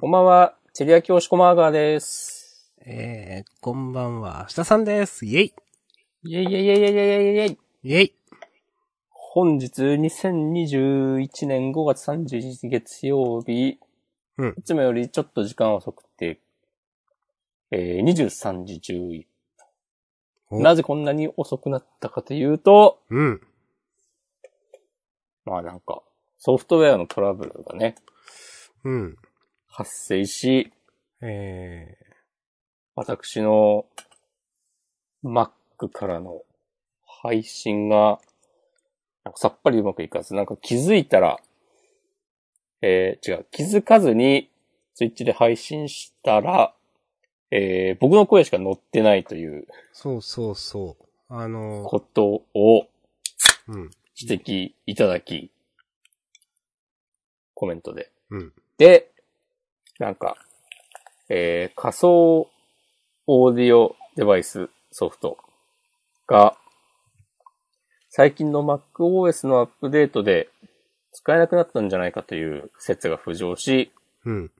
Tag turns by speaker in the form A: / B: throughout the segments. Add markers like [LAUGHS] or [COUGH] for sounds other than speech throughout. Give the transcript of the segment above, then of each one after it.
A: こんばんは、チェリアキオシコマーガーです。
B: えー、こんばんは、下さんです。イェイ
A: イェイイェイイェイイェイイェイイェイイェイ
B: イェイ
A: 本日、2021年5月31日月曜日、
B: うん
A: いつもよりちょっと時間遅くて、えー、23時11分。
B: お
A: なぜこんなに遅くなったかというと、
B: うん。
A: まあなんか、ソフトウェアのトラブルがね、
B: うん。
A: 発生し、
B: え
A: 私の Mac からの配信が、なんかさっぱりうまくいかず、なんか気づいたら、えー、違う、気づかずに Twitch で配信したら、えー、僕の声しか載ってないという
B: ー、そうそうそう。あのー、
A: ことを
B: うん。
A: 指摘いただき、コメントで。
B: うん。
A: で、なんか、えー、仮想オーディオデバイスソフトが、最近の MacOS のアップデートで使えなくなったんじゃないかという説が浮上し、
B: うん。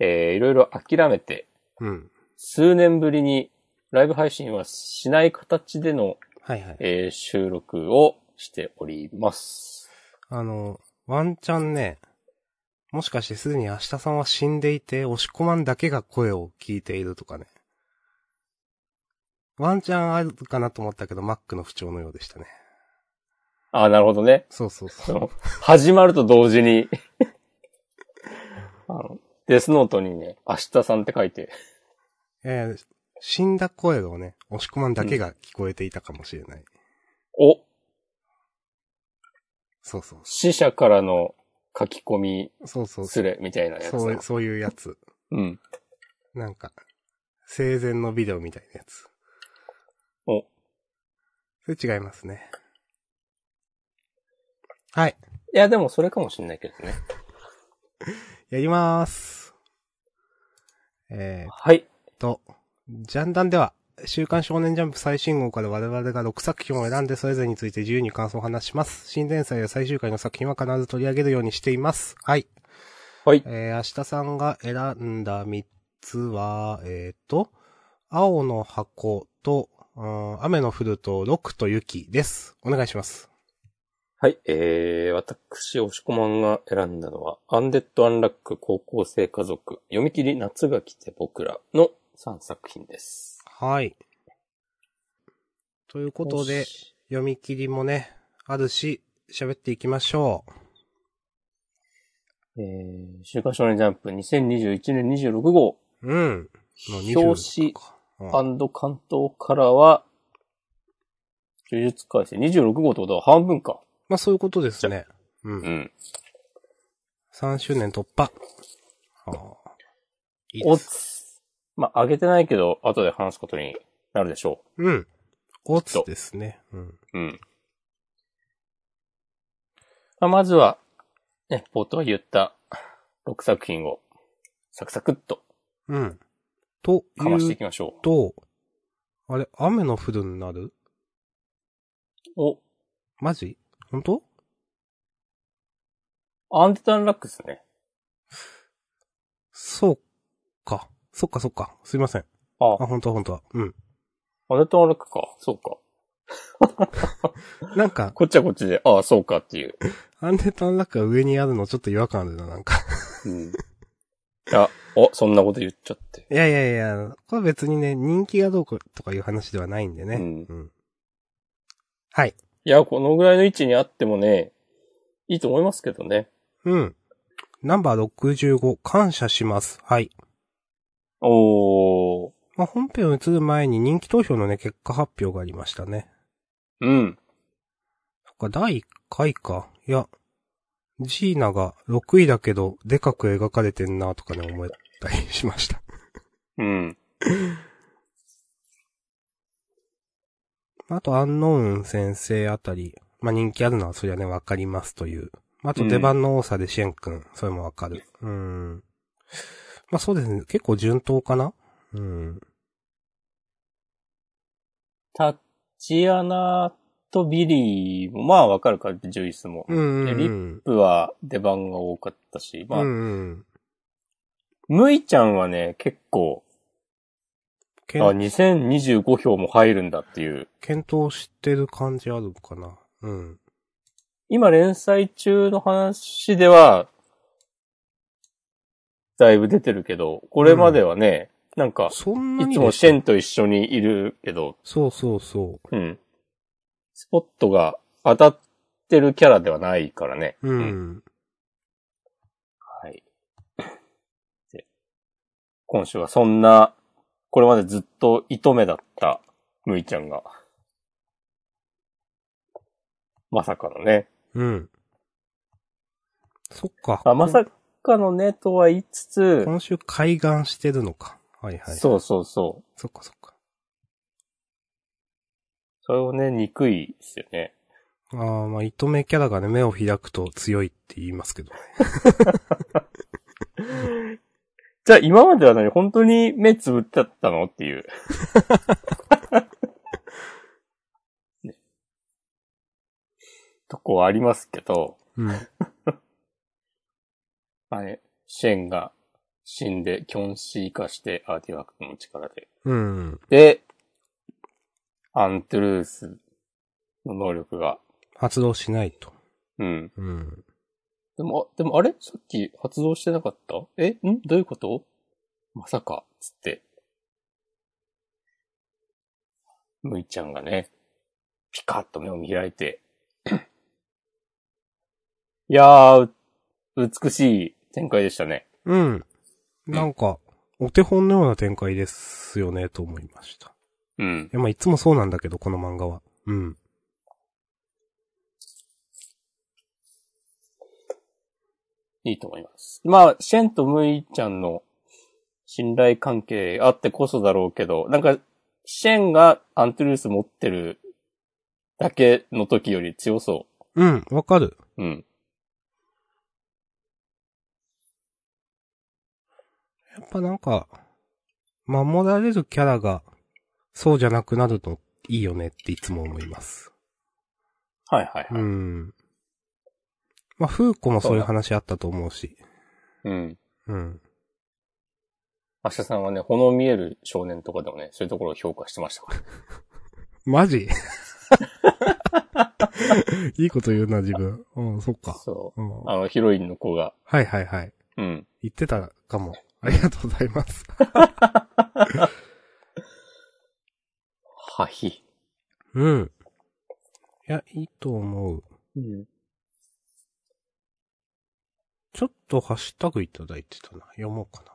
A: えー、いろいろ諦めて、
B: うん。
A: 数年ぶりにライブ配信はしない形での、
B: はいはい。
A: えー収録をしております。
B: あのー、ワンチャンね、もしかしてすでに明日さんは死んでいて、押し込まんだけが声を聞いているとかね。ワンチャンあるかなと思ったけど、Mac の不調のようでしたね。
A: あー、なるほどね。
B: そうそう
A: そ
B: そう。
A: の、始まると同時に、 [LAUGHS] あの、デスノートにね、明日さんって書いて、
B: えー、死んだ声をね、押し込まんだけが聞こえていたかもしれない。
A: お、
B: そうそう。
A: 死者からの書き込み
B: そうそう。
A: すれみたいなやつだ。
B: そう、そういうやつ。
A: うん。
B: なんか、生前のビデオみたいなやつ。
A: お、
B: それ違いますね。はい。
A: いや、でもそれかもしんないけどね。
B: やりまーす。えーっ
A: はい。
B: と、ジャンダンでは、週刊少年ジャンプ最新号から我々が6作品を選んでそれぞれについて自由に感想を話します。新連載や最終回の作品は必ず取り上げるようにしています。はい。
A: はい。
B: えー、明日さんが選んだ3つは、えー、と、青の箱と、うん雨の降ると6と雪です。お願いします。
A: はい。えー、私、押し込まんが選んだのは、アンデッド・アンラック高校生家族、読み切り夏が来て僕らの3作品です。
B: はい。ということで、読み切りもね、あるし、喋っていきましょう。
A: えー、週刊少年ジャンプ2021年26号、
B: うん。もう20
A: 表紙
B: かうん
A: アンド関東からは、呪術改正26号ってことは半分か。
B: まあそういうことですね。う。
A: うんん。
B: 3周年突破。あーいい
A: お
B: です。
A: つ。まあ、上げてないけど、後で話すことになるでしょ
B: うん。おつですね。うん。
A: う。うん。まあ、まずは、ね、冒頭言った6作品を、サクサクっと
B: うん。と
A: かまして
B: い
A: いうきましょ
B: と、あれ、雨の降るになる
A: う。お、
B: マジ本当
A: アンデタンラックスね。
B: そうか。そっかそっか。すいません。
A: あ
B: あ、本当本当は。うん。
A: アンデタンラックか。そうか。
B: なんか、
A: こっちはこっちで、ああ、そうかっていう。
B: アンデッドアンラックが上にあるのちょっと違和感あるな、なんか。 [LAUGHS]
A: うん。あ、お、そんなこと言っちゃって。
B: いやいやいや、これ別にね、人気がどうかとかいう話ではないんでね。
A: うん
B: はい。
A: いや、このぐらいの位置にあってもね、いいと思いますけどね。
B: うん。ナンバー65、感謝します。はい。
A: おー。
B: まあ、本編を移る前に人気投票のね、結果発表がありましたね。
A: うん。
B: そっか、第1回か。いや、ジーナが6位だけど、でかく描かれてんなとかね、思ったりしました。
A: うん。
B: あと、アンノーン先生あたり、まあ、人気あるのはそりゃね、わかりますという。まあ、あと、出番の多さでシェン君、それもわかる。うん。まあ、そうですね。結構順当かなうん。
A: タッチアナとビリーも、まあわかるから、ジュイスも。
B: うんうん、
A: で
B: う
A: リッ
B: ん。
A: プは出番が多かったし、まあ、
B: うんうん。
A: むいちゃんはね、結構、あ、
B: けん
A: 2025票も入るんだっていう。
B: 検討してる感じあるかな。うん。
A: 今連載中の話では、だいぶ出てるけど、これまではね、なんか、
B: そんないに
A: つもシェンと一緒にいるけど、
B: そうそうそ
A: うん。スポットが当たってるキャラではないからね。
B: う。う
A: うん
B: ん。
A: はい。で今週はそんな、これまでずっと糸目だったむいちゃんが、まさかのね。
B: うん。そっか。
A: あ、まさかのねとは言いつつ、
B: 今週開眼してるのか。はいはい。
A: そうそうそう。
B: そっかそっか。
A: それをね、憎いですよね。
B: ああ、まあ、糸目キャラがね、目を開くと強いって言いますけど。
A: じゃあ今までは何本当に目つぶっちゃったのっていう。ねとこはありますけど、
B: うん。
A: まあね、シェンが死んで、キョンシー化して、アーティファクトの力で。
B: うん。
A: で、アントゥルースの能力が。
B: 発動しないと。
A: うん。
B: うん。
A: でも、あでもあれさっき発動してなかったえんどういうことまさか、つって。むいちゃんがね、ピカッと目を見開いて。いやー、う美しい展開でしたね。
B: うん。なんか、お手本のような展開ですよね、と思いました。
A: うん
B: い。や、まあ、いつもそうなんだけど、この漫画は。うん。
A: いいと思います。まあ、シェンとムイちゃんの信頼関係あってこそだろうけど、なんか、シェンがアントゥルース持ってるだけの時より強そ
B: うん、わかる。
A: う。うん。
B: やっぱなんか、守られるキャラが、そうじゃなくなるといいよねっていつも思います。
A: はいはいうはい。
B: ん。まあ、フーコもそういう話あったと思うし。
A: うん。
B: うん。
A: 明日さんはね、炎見える少年とかでもね、そういうところを評価してましたから。
B: マジ [LAUGHS] いいこと言うな、自分。うん、そっか。
A: そ
B: うん、
A: う。
B: は
A: あの、ヒロインの子が。
B: いはいはい。
A: うん。
B: 言ってたかも。ありがとうございます。
A: はひ。
B: うん。いや、いいと思う。
A: うん。
B: ちょっとハッシュタグいただいてたな。読もうかな。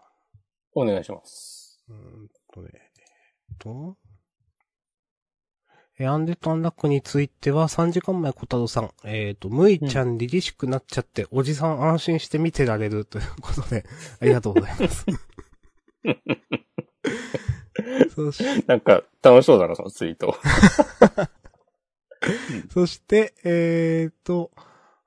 A: お願いします。 [LAUGHS]
B: うーんとね、えっと。え、アンデッドアンラックについては、3時間前、小太郎さん。えっ、と、むいちゃん、凛々しくなっちゃって、おじさん安心して見てられるということで、ありがとうございます。そし
A: なんか、楽しそうだな、そのツイー [LAUGHS] ト。
B: そして、えっ、と、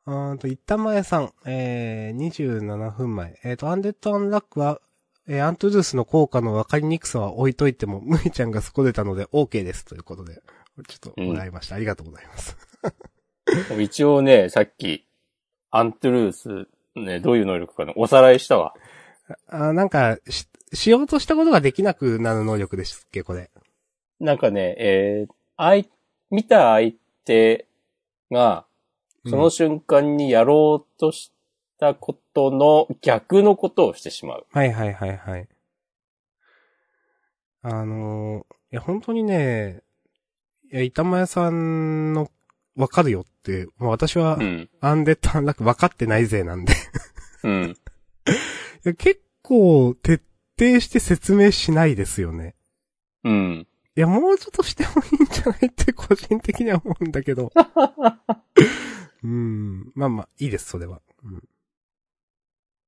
B: うーんと、いったまえさん、えー、27分前。えっ、と、アンデッドアンラックは、えーアントゥルースの効果の分かりにくさは置いといても、むいちゃんがこれたので OK です。ということで、ちょっともらいました。ありがとうございます。
A: 一応ね、さっき、アントゥルース、ね、どういう能力かのおさらいしたわ。
B: あーなんかし、しようとしたことができなくなる能力ですっけ、これ。
A: なんかね、えー、あい、見た相手が、
B: うん
A: その瞬間にやろうとしたことの逆のことをしてしまう。
B: はいはいはいはい。あのーいや本当にね、いや、板前さんの、わかるよって、まあ私は
A: う、ん。
B: アンデッドアンラック分かってないぜなんで。い
A: うん。
B: や結構、徹底して説明しないですよね。
A: うん。
B: いや、もうちょっとしてもいいんじゃないって個人的には思うんだけど。うん。まあまあ、いいです、それは。うん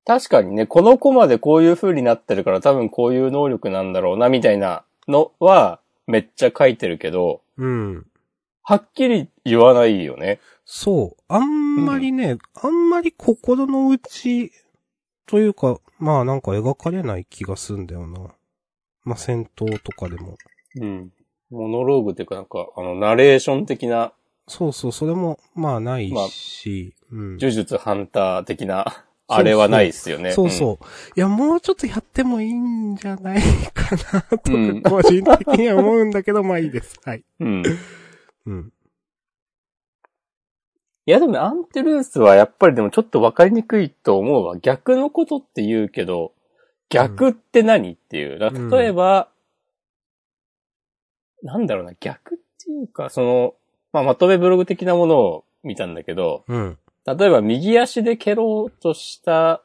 A: 確かにね、このコマでこういう風になってるから多分こういう能力なんだろうな、みたいなのは、めっちゃ書いてるけど、
B: うん。
A: はっきり言わないよね。
B: そう。あんまりね、あんまり心の内というか、まあなんか描かれない気がすんだよな。まあ戦闘とかでも。
A: うん。モノローグっていうかなんか、あの、ナレーション的な、
B: そうそう、それも、まあないし、うん。
A: 呪術ハンター的なあれはないですよね。
B: そうそう。いや、もうちょっとやってもいいんじゃないかな、とか
A: うん
B: 個人的には思うんだけど、まあいいです。はい。
A: うん。うん。
B: うん。
A: いや、でもアンテルースはやっぱりでもちょっとわかりにくいと思うわ。逆のことって言うけど、逆って何っていう。だから例えば、なんだろうな、逆っていうか、その、まあ、まとめブログ的なものを見たんだけど、
B: うん。
A: 例えば右足で蹴ろうとした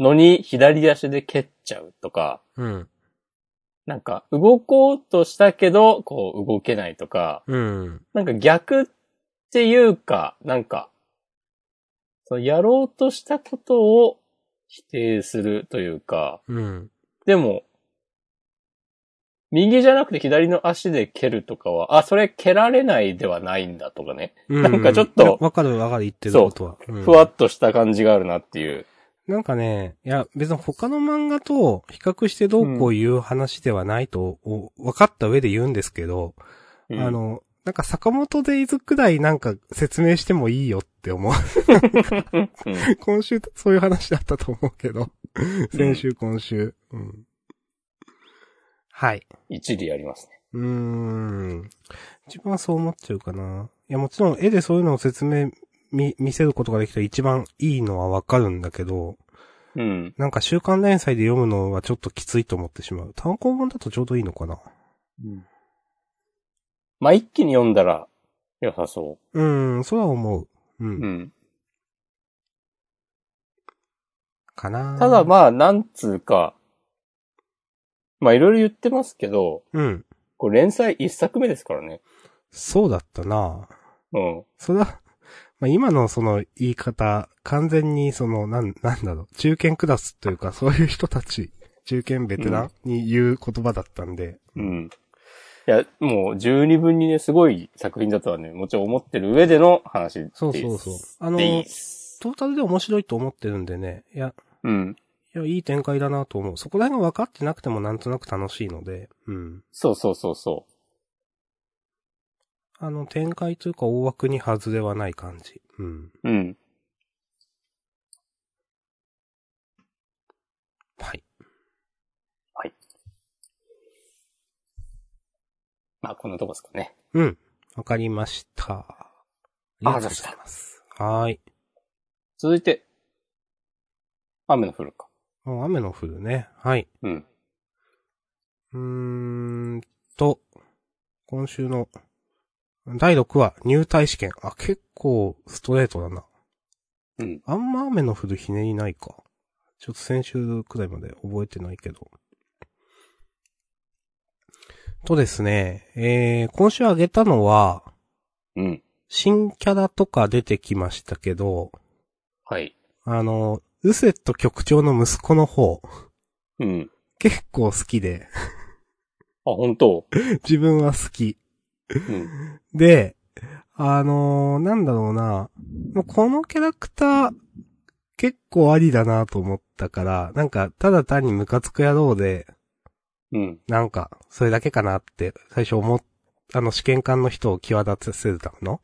A: のに左足で蹴っちゃうとか、
B: うん。
A: なんか動こうとしたけど、こう動けないとか、
B: うん。
A: なんか逆っていうか、なんか、そのやろうとしたことを否定するというか、
B: うん。
A: でも、右じゃなくて左の足で蹴るとかは、あ、それ蹴られないではないんだとかね。なんかちょっと
B: いやわかるわかる言ってることは。うん
A: ふわっとした感じがあるなっていう。
B: なんかね、いや、別に他の漫画と比較してどうこういう話ではないと、お分かった上で言うんですけど、
A: うん
B: あの、なんか坂本デイズくらいなんか説明してもいいよって思う。
A: [LAUGHS] うん
B: 今週そういう話だったと思うけど。先週、今週。うん。はい。
A: 一理ありますね。
B: うーん。一番そう思っちゃうかな。いや、もちろん絵でそういうのを説明、み、見せることができたら一番いいのはわかるんだけど、
A: うん。
B: なんか週刊連載で読むのはちょっときついと思ってしまう。単行本だとちょうどいいのかな。
A: まあ、一気に読んだら良さそう
B: ーん、そうは思う。
A: う。
B: うん。
A: うん。
B: かな
A: ただまあ、なんつうか、まあ、いろいろ言ってますけど、
B: うん。
A: これ連載一作目ですからね。
B: そうだったな。
A: うん。
B: それは、 [LAUGHS] まあ、今のその言い方、完全にその、なん、なんだろう、中堅クラスというか、そういう人たち、中堅ベテランに言う言葉だったんで。
A: うん。いや、もう、十二分にね、すごい作品だとはね、もちろん思ってる上での話です。
B: そうそうそう。あの、
A: でいいっ
B: ト
A: す。
B: ータルで面白いと思ってるんでね、いや、
A: うん。
B: いや、いい展開だなと思う。そこら辺が分かってなくてもなんとなく楽しいので、うん。
A: そうそうそうそ
B: あの、展開というか大枠に外れはない感じ。うん。
A: う。うん。
B: はい。
A: まあ、こんなとこですかね。
B: うん。わかりました。ありがとうございます。はーい。
A: 続いて、雨の降るか。
B: もう雨の降るね。はい。
A: うん。
B: うーんと、今週の第6話、入隊試験。あ、結構ストレートだな。
A: うん。
B: あんま雨の降るひねりないか。ちょっと先週くらいまで覚えてないけど。とですね、えー、今週あげたのは、
A: うん。
B: 新キャラとか出てきましたけど、
A: はい。
B: あの、ウセット局長の息子の方、
A: うん。
B: 結構好きで、
A: あ、本当
B: 自分は好き。
A: うん。
B: で、あのーなんだろうな、もうこのキャラクター、結構ありだなと思ったから、なんか、ただ単にムカつく野郎で、
A: うん。
B: なんか、それだけかなって、最初思っ、あの、試験官の人を際立たせるための、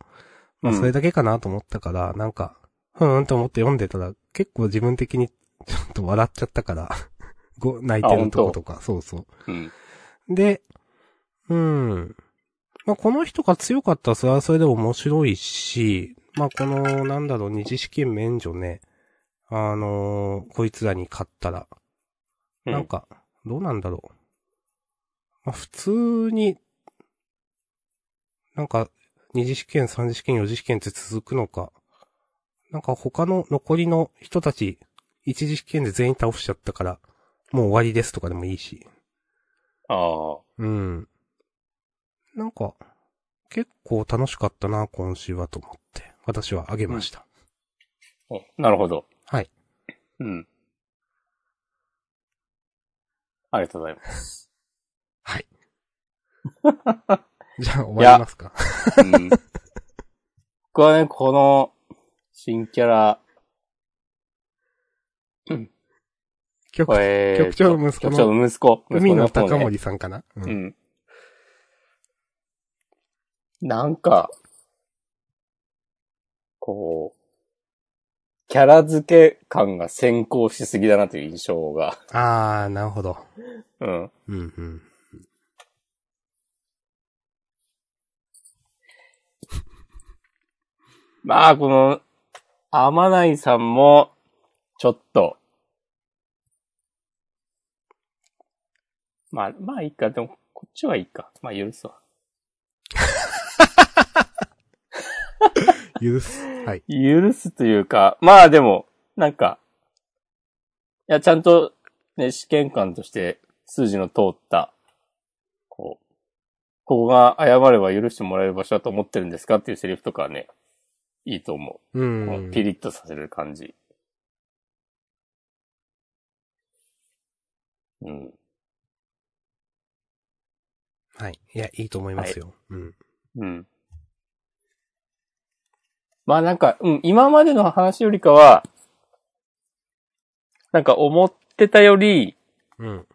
B: まあ、
A: うん
B: それだけかなと思ったから、なんか、ふーんと思って読んでたら、結構自分的に、ちょっと笑っちゃったから、 [LAUGHS] ご、泣いてるとことか、そうそう。
A: うん。
B: で、うん。まあ、この人が強かったらそれはそれで面白いし、まあ、この、なんだろう、二次試験免除ね。あのーこいつらに勝ったら。
A: うん
B: なんか、どうなんだろう。まあ、普通に、なんか、二次試験、三次試験、四次試験って続くのか。なんか他の残りの人たち、一次試験で全員倒しちゃったから、もう終わりですとかでもいいし。
A: ああ。
B: うん。なんか、結構楽しかったな、今週はと思って、私はあげました。
A: おなるほど。
B: はい。
A: うん。ありがとうございます。 [LAUGHS]
B: はい。じゃあ、終わりますか。
A: うん、僕はね、この新キャラ、
B: 曲、
A: えー
B: 局長の息子の
A: 局長の息子。
B: 海の高
A: 方ね
B: 森さんかな、う
A: うんん。なんか、こう、キャラ付け感が先行しすぎだなという印象が。
B: あー、なるほど。
A: うん。
B: うんうん。
A: まあ、この、天内さんも、ちょっと、まあ、まあいいか。でも、こっちはいいか。まあ許すわ。[LAUGHS]
B: 許す。はい。
A: 許すというか、まあでも、なんか、いや、ちゃんと、ね、試験官として数字の通った、こう、ここが謝れば許してもらえる場所だと思ってるんですかっていうセリフとかはね、いいと思う。
B: う。
A: こうんピリッとさせる感じ。うん。
B: はい。いや、いいと思いますよ。うん。
A: うん。まあなんか、うん、今までの話よりかは、なんか思ってたより、
B: うん。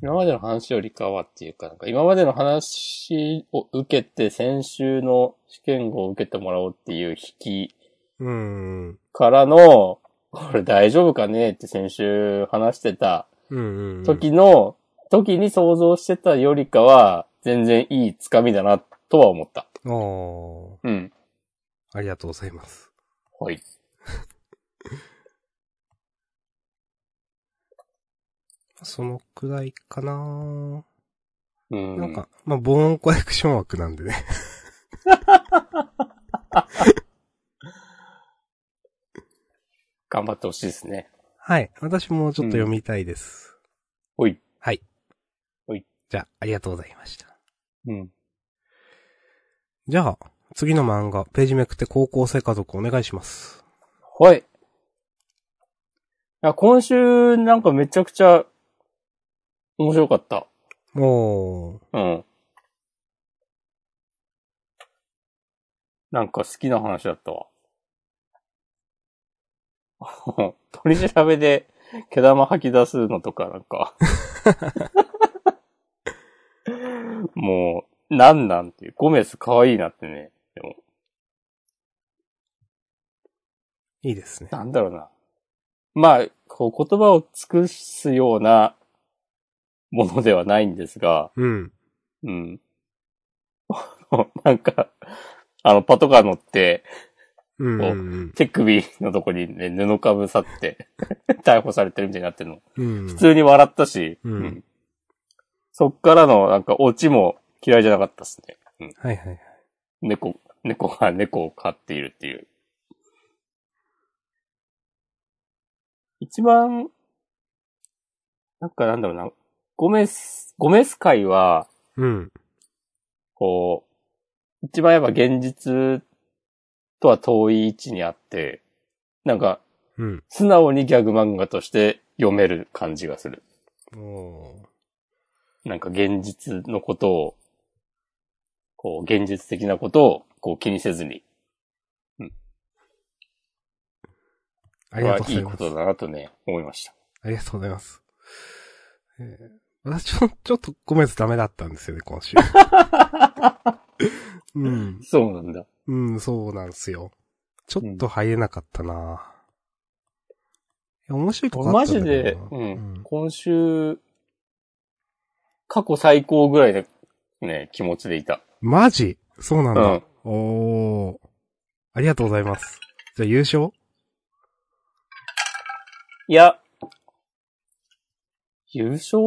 A: 今までの話よりかはっていうか、なんか今までの話を受けて、先週の試験後を受けてもらおうっていう引き
B: うん。
A: からの、これ大丈夫かねって先週話してた
B: うんうん。
A: 時の、時に想像してたよりかは、全然いいつかみだな、とは思った。
B: おー。
A: うん。
B: ありがとうございます。
A: はい。
B: そのくらいかな
A: うん。
B: なんか、まあ、ボーンコレクション枠なんでね。
A: 頑張ってほしいですね。
B: はい。私もちょっと読みたいです。
A: ほい。
B: はい。
A: はい。
B: じゃあ、ありがとうございました。
A: うん。
B: じゃあ、次の漫画、ページめくって高校生家族お願いします。
A: はい。いや、今週、なんかめちゃくちゃ、面白かった。
B: おー。
A: うん。なんか好きな話だったわ。 [LAUGHS] 取り調べで毛玉吐き出すのとかなんか。もう、なんなんていう。ゴメス可愛いなってね。でも、
B: いいですね。
A: なんだろうな。まあ、こう言葉を尽くすようなものではないんですが、
B: うん。
A: うん。 [LAUGHS] なんか、あの、パトカー乗って、
B: うんうん
A: 手首のとこにね、布かぶさって、 [LAUGHS] 逮捕されてるみたいになってるの。
B: うん。
A: 普通に笑ったし、
B: うん
A: そっからの、なんか、オチも嫌いじゃなかったですね。うん
B: はいはいはい。
A: 猫、猫 [LAUGHS] が猫を飼っているっていう。一番、なんかなんだろうな、ゴメス、ゴメス界は、
B: うん。
A: こう、一番やっぱ現実とは遠い位置にあって、なんか、
B: うん。
A: 素直にギャグ漫画として読める感じがする。
B: お
A: なんか現実のことを、こう、現実的なことを、こう気にせずに、
B: ー。ありがと
A: これはいいい
B: うござま
A: こ
B: す。
A: とだなとね、思いました。
B: ありがとうございます。えー私ちょ、ちょっとごめんなさいダメだったんですよね、
A: [LAUGHS]
B: 今週。うん。
A: そうなんだ。
B: うん、そうなんですよ。ちょっと入れなかったな、ぁ面白いとこあ
A: マ
B: った
A: ジ
B: んだけ
A: で
B: どな、
A: うん、
B: うん
A: 今週、過去最高ぐらいのね、気持ちでいた。
B: マジそうなんだ。
A: うん
B: おー。ありがとうございます。じゃあ優勝
A: いや、優勝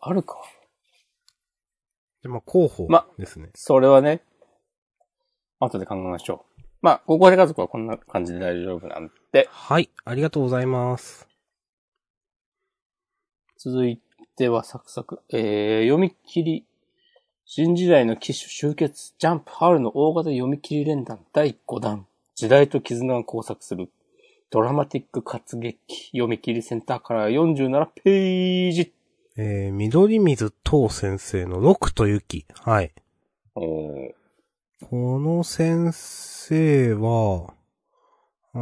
A: あるか。
B: でまあ、候補
A: ま
B: ですね。
A: それはね、後で考えましょう。まあ、高校で家族はこんな感じで大丈夫なんで、
B: はい、ありがとうございます。
A: 続いてはサクサク、えー、読み切り、新時代の騎手集結、ジャンプ、春の大型読み切り連弾第5弾、時代と絆が交錯する、ドラマティック活劇、読み切りセンターから47ページ。
B: えー、緑水東先生の六と雪。はい。
A: おー
B: この先生は、あー、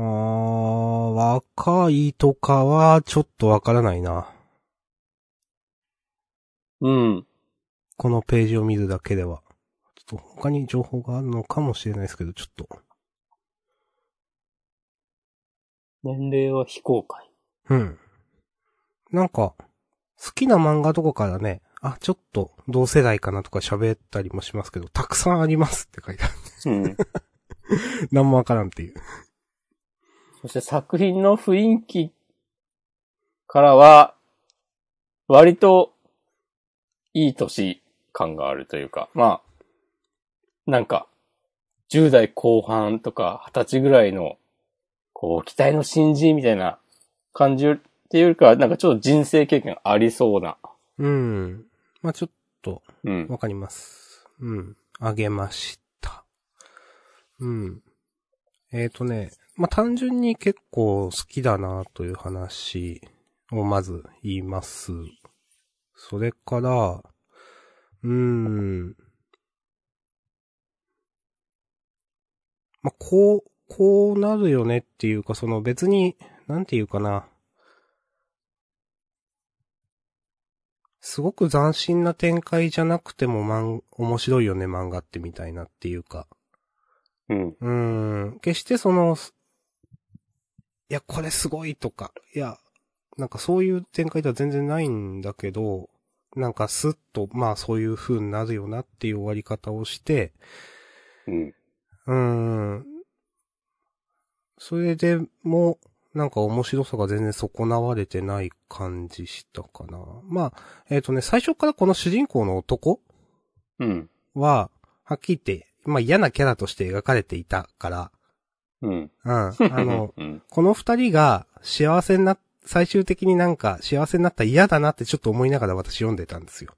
B: 若いとかはちょっとわからないな。
A: うん。
B: このページを見るだけでは。ちょっと他に情報があるのかもしれないですけど、ちょっと。
A: 年齢は非公開。
B: うん。なんか、好きな漫画とかからね、あ、ちょっと同世代かなとか喋ったりもしますけど、たくさんありますって書いてある。
A: うん。
B: 何もわからんっていう。
A: そして作品の雰囲気からは、割といい年感があるというか、まあ、なんか、10代後半とか20歳ぐらいの、こう、期待の新人みたいな感じっていうよりかは、なんかちょっと人生経験ありそうな。
B: うん。まあちょっと、
A: うん。
B: わかります。うん。あげました。うん。えっ、とね、まあ、単純に結構好きだなという話をまず言います。それから、うーん。まあ、こう、こうなるよねっていうか、その別に、なんていうかな。すごく斬新な展開じゃなくても、まん、面白いよね、漫画ってみたいなっていうか。
A: うん。
B: うーん。決してその、すいや、これすごいとか、いや、なんかそういう展開では全然ないんだけど、なんかスッと、まあそういう風になるよなっていう終わり方をして、
A: うん。
B: うーん。それでも、なんか面白さが全然損なわれてない感じしたかな。まあ、えっ、とね、最初からこの主人公の男
A: うん。
B: は、はっきり言って、まあ嫌なキャラとして描かれていたから、
A: うん。
B: うん。あの、
A: うん。
B: この二人が幸せにな、最終的になんか幸せになったら嫌だなってちょっと思いながら私読んでたんですよ。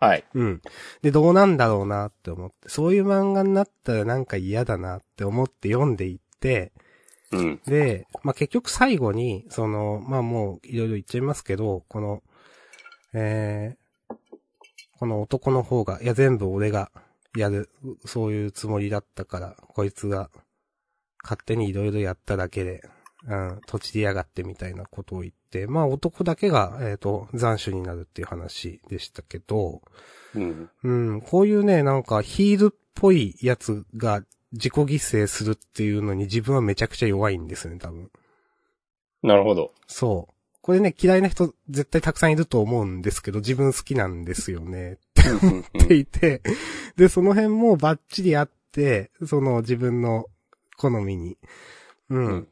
A: はい。
B: うん。で、どうなんだろうなって思って、そういう漫画になったらなんか嫌だなって思って読んでいって、
A: うん。
B: で、まあ、結局最後に、その、まあ、もういろいろ言っちゃいますけど、この、えー、この男の方が、いや全部俺がやる、うそういうつもりだったから、こいつが勝手にいろいろやっただけで、うん、とちりやがってみたいなことを言って、まあ男だけが、えっ、と、残首になるっていう話でしたけど、
A: うん。
B: うん、こういうね、なんかヒールっぽいやつが自己犠牲するっていうのに自分はめちゃくちゃ弱いんですよね、多分。
A: なるほど。
B: そう。これね、嫌いな人絶対たくさんいると思うんですけど、自分好きなんですよね、
A: うんうんう
B: って
A: ん
B: いて、で、その辺もバッチリあって、その自分の好みに。うん。
A: うん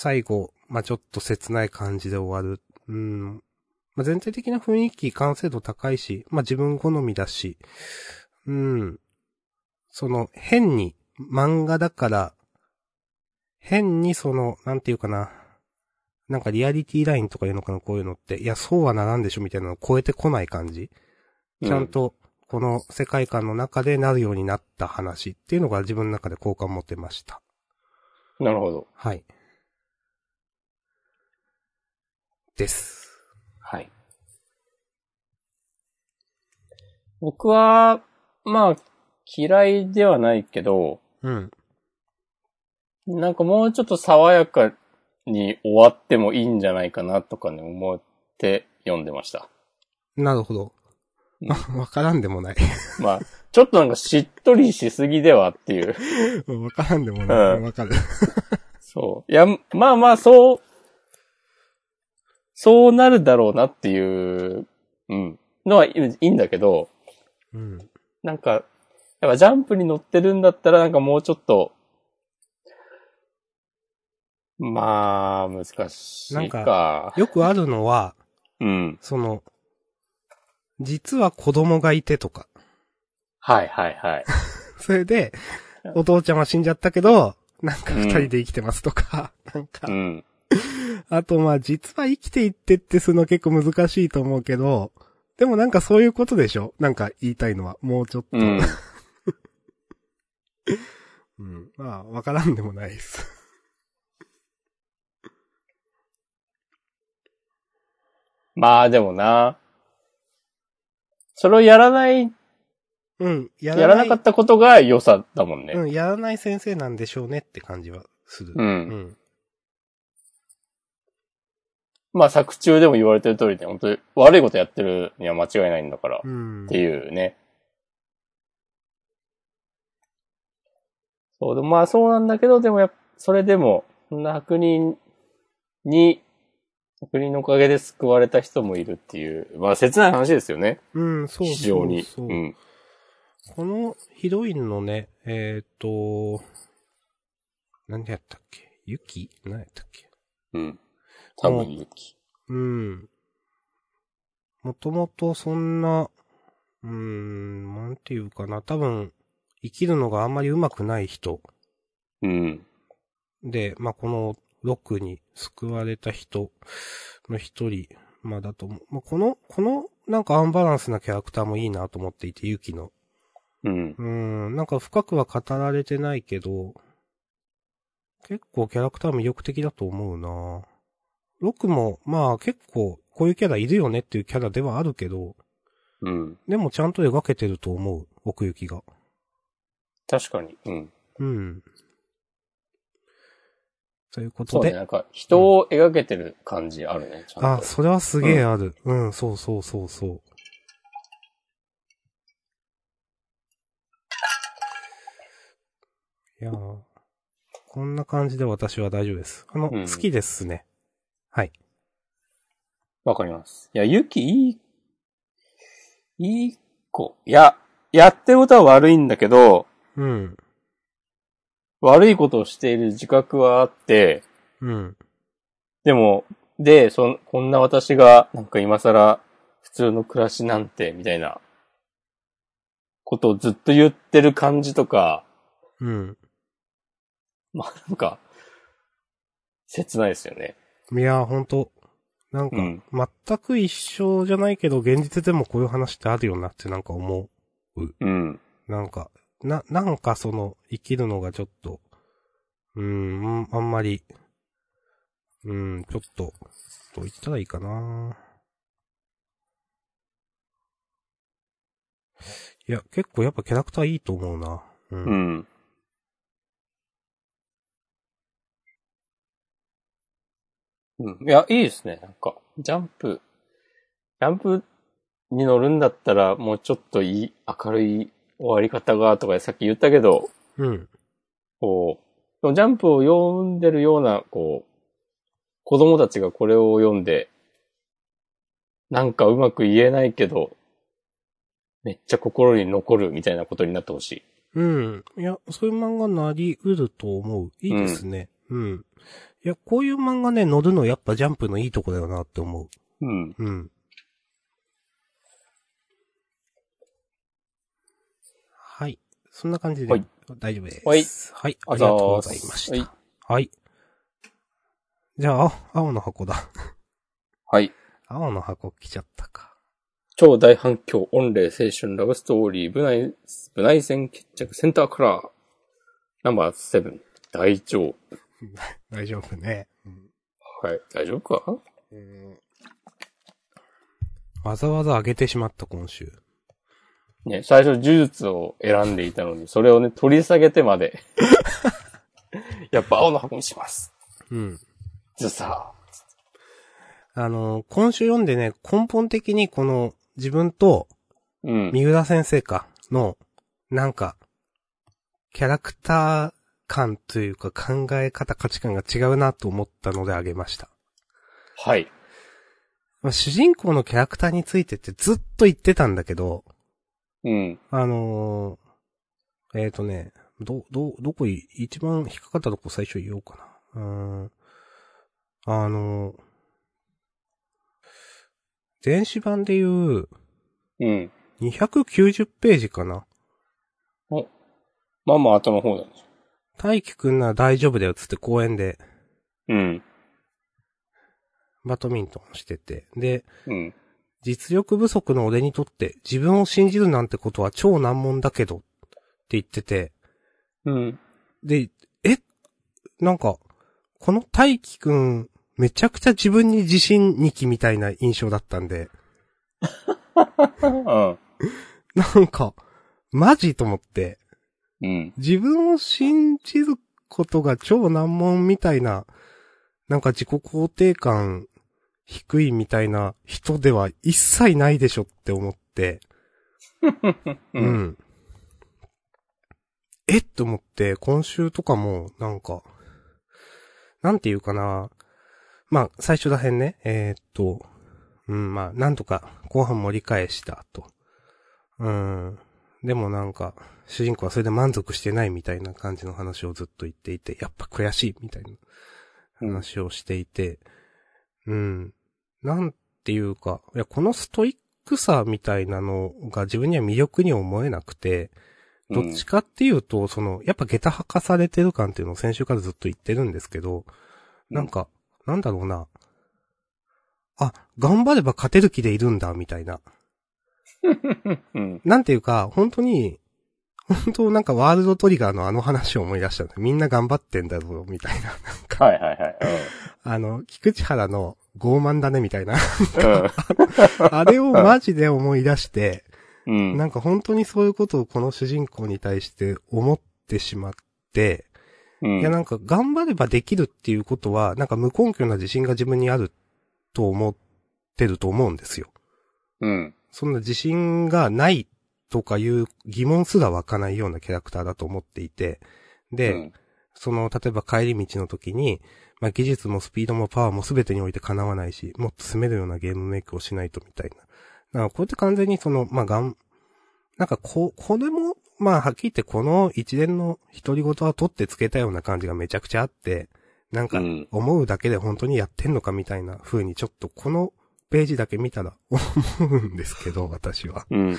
B: 最後、まあ、ちょっと切ない感じで終わる。うん。まあ、全体的な雰囲気、完成度高いし、まあ、自分好みだし、うん。その、変に、漫画だから、変にその、なんていうかな。なんかリアリティラインとかいうのかな、こういうのって。いや、そうはならんでしょ、みたいなのを超えてこない感じ。ちゃん。と、この世界観の中でなるようになった話っていうのが自分の中で好感持てました。
A: うんなるほど。
B: はい。です。
A: はい。僕は、まあ、嫌いではないけど、
B: うん。
A: なんかもうちょっと爽やかに終わってもいいんじゃないかなとかね、思って読んでました。
B: なるほど。
A: うん
B: あ [LAUGHS] わからんでもない。
A: ま [LAUGHS] あ、ちょっとなんかしっとりしすぎではっていう。
B: わからんでもない。
A: うん
B: わかる。
A: そう。いや、まあまあ、そう、そうなるだろうなっていう、うん、のはいいいいんだけど、
B: うん。
A: なんか、やっぱジャンプに乗ってるんだったらなんかもうちょっと、まあ、難しいか。
B: なんよくあるのは、
A: うん。
B: その、実は子供がいてとか。
A: はいはいはい。
B: それで、お父ちゃんは死んじゃったけど、なんか二人で生きてますとか、 [LAUGHS] なんか
A: う、ん。
B: あとまあ実は生きていってってするの結構難しいと思うけど、でもなんかそういうことでしょなんか言いたいのは。もうちょっと。
A: うん。
B: うんまあわからんでもないです。
A: まあでもな。それをやらない、
B: うん。や
A: やらなかったことが良さだもん
B: う
A: ね。
B: ん。やらない先生なんでしょうねって感じはする。
A: う。
B: うんん。
A: まあ作中でも言われてる通りで、本当に悪いことやってるには間違いないんだから。
B: うん。
A: っていうね。そう、でもまあそうなんだけど、でもやっそれでも、そんな悪人に、悪人のおかげで救われた人もいるっていう、まあ切ない話ですよね。
B: うん、そうそうそう。
A: 非常に。うん。
B: このヒロインのね、えっ、と、何やったっけユキ何やったっけ
A: うん。多分勇気。
B: うん。もともとそんな、うーん、なんていうかな、多分、生きるのがあんまり上手くない人
A: うん。
B: で、まあ、このロックに救われた人の一人、まあ、だと思う。まあ、この、この、なんかアンバランスなキャラクターもいいなと思っていて、ユキの。
A: うん。
B: うーん、なんか深くは語られてないけど、結構キャラクター魅力的だと思うなロックも、まあ結構、こういうキャラいるよねっていうキャラではあるけど、
A: うん。
B: でもちゃんと描けてると思う、奥行きが。
A: 確かに。うん。
B: うん。ということ
A: そう
B: で、
A: ね。なんか、人を描けてる感じあるね。ちゃん
B: あ、
A: と。
B: それはすげえある。うん、そうそうそうそう。いやーこんな感じで私は大丈夫です。あの、
A: うん
B: 好きですね。はい。
A: わかります。いや、ゆき、いい、いい子。いや、やってることは悪いんだけど、
B: うん。
A: 悪いことをしている自覚はあって、
B: うん。
A: でも、で、そん、こんな私が、なんか今更、普通の暮らしなんて、みたいな、ことをずっと言ってる感じとか、
B: うん。
A: まあ、なんか、切ないですよね。
B: いやー、ほんと。なんか
A: うん、
B: 全く一緒じゃないけど、現実でもこういう話ってあるよなってなんか思う。
A: うん。
B: なんか、な、なんかその、生きるのがちょっと、うーん、あんまり、うーん、ちょっと、どう言ったらいいかないや、結構やっぱキャラクターいいと思うな。うん。
A: うん。うん。いや、いいですね。なんか、ジャンプ、ジャンプに乗るんだったら、もうちょっといい、明るい終わり方が、とかさっき言ったけど、
B: うん。
A: こう、でもジャンプを読んでるような、こう、子供たちがこれを読んで、なんかうまく言えないけど、めっちゃ心に残るみたいなことになってほしい。
B: うん。いや、そういう漫画なりうると思う。いいですね。うん。いや、こういう漫画ね、乗るのやっぱジャンプのいいとこだよなって思う。
A: うん。
B: うん。はい。そんな感じで、
A: はい
B: 大丈夫です。
A: はい。
B: はい。あ
A: あ
B: り
A: り
B: が
A: が
B: と
A: と
B: う
A: う
B: ご
A: ご
B: ざ
A: ざ
B: い
A: い
B: ま
A: ま
B: し
A: す
B: た。はい。じゃあ、青青の箱だ。
A: はい。
B: 青の箱来ちゃったか。
A: 超大反響、御礼、青春、ラブストーリー、部内、部内戦決着、センターカラー。ナンバー7、大丈夫。
B: 大丈夫ね。
A: はい、大丈夫か
B: わざわざ上げてしまった今週。
A: ね、最初呪術を選んでいたのに、それをね、取り下げてま
B: [LAUGHS]
A: で。やっぱ青の箱にします。
B: うん。
A: ずさ。
B: あの、今週読んでね、根本的にこの自分と
A: [LAUGHS] うん。
B: 三浦先生か、の、なんか、キャラクター感というか考え方、価値観が違うなと思ったのであげました。
A: はい。
B: まあ主人公のキャラクターについてってずっと言ってたんだけど、
A: うん。
B: あのーえっ、とね、ど、ど、どこい、一番引っかかったとこ最初言おうかな。うーん。あのー電子版で言う、
A: うん。
B: 290ページかな。
A: まあまあ後の方だね。
B: 大輝くんなら大丈夫だよっつって公園で
A: うん。
B: バドミントンしてて。で、
A: うん。
B: 実力不足の俺にとって自分を信じるなんてことは超難問だけどって言ってて。
A: うん。
B: で、えなんか、この大輝くん、めちゃくちゃ自分に自信にきみたいな印象だったんで、
A: うん。
B: なんか、マジと思って、
A: うん。
B: 自分を信じることが超難問みたいな、なんか自己肯定感低いみたいな人では一切ないでしょって思って、
A: う。
B: うんん。えっと思って、今週とかも、なんか、なんていうかな。まあ、最初ら辺ね、えーっと、うん、まあ、なんとか後半盛り返したと。うん。でもなんか、主人公はそれで満足してないみたいな感じの話をずっと言っていて、やっぱ悔しいみたいな話をしていて、うん。なんていうか、いや、このストイックさみたいなのが自分には魅力に思えなくて、どっちかっていうと、その、やっぱ下駄吐かされてる感っていうのを先週からずっと言ってるんですけど、なんか、なんだろうな。あ、頑張れば勝てる気でいるんだ、みたいな。
A: うん。
B: なんていうか、本当に、本当なんかワールドトリガーのあの話を思い出したんだみんな頑張ってんだぞ、みたいな。
A: はいはいはい。
B: あの、菊池原の傲慢だね、みたいな。
A: うん
B: [LAUGHS] あれをマジで思い出して、
A: うん。うん。
B: [LAUGHS] なんか本当にそういうことをこの主人公に対して思ってしまって、
A: うん
B: いやなんか頑張ればできるっていうことは、なんか無根拠な自信が自分にあると思ってると思うんですよ。
A: うん。
B: そんな自信がないとかいう疑問すら湧かないようなキャラクターだと思っていて、で、
A: うん
B: その、例えば帰り道の時に、まあ、技術もスピードもパワーも全てにおいて叶わないし、もっと攻めるようなゲームメイクをしないとみたいな。だからこれって完全にその、まあ、がん、なんかこ、これも、まあ、はっきり言ってこの一連の独り言は取ってつけたような感じがめちゃくちゃあって、なんか
A: うん、
B: 思うだけで本当にやってんのかみたいな風にちょっとこのページだけ見たら思うんですけど、私は。
A: うん。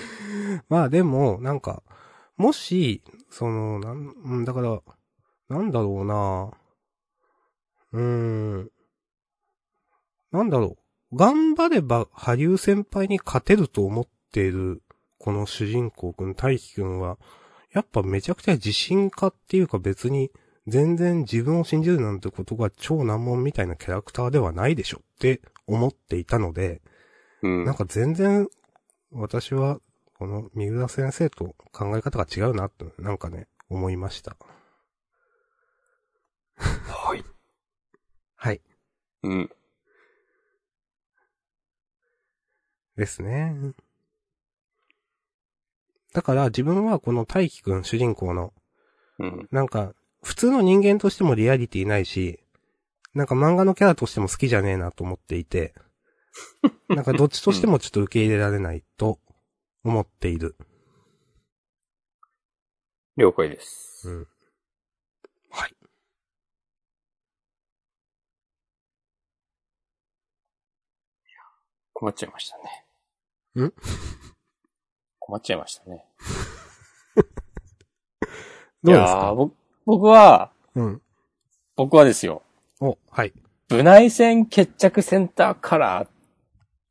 B: まあでも、なんか、もし、その、なん、うんだから、なんだろうなうーん。なんだろう。頑張れば、羽生先輩に勝てると思っている、この主人公くん、大輝くんは、やっぱめちゃくちゃ自信家っていうか別に、全然自分を信じるなんてことが超難問みたいなキャラクターではないでしょって思っていたので、
A: うん。
B: なんか全然、私は、この三浦先生と考え方が違うなって、なんかね、思いました。
A: はい。
B: はい。
A: うん。
B: ですね。だから自分はこの大輝くん主人公の、
A: うん。
B: なんか、普通の人間としてもリアリティないし、なんか漫画のキャラとしても好きじゃねえなと思ってい [LAUGHS] て、なんかどっちとしてもちょっと受け入れられないと思っている。
A: 了解です。
B: うん。はい。
A: 困っちゃいましたね。
B: ん
A: 困っちゃいましたね。
B: ど
A: い
B: うです
A: やー
B: か
A: 僕僕は、
B: うん。
A: 僕はですよ、
B: お、はい。
A: 部内戦決着センターカラ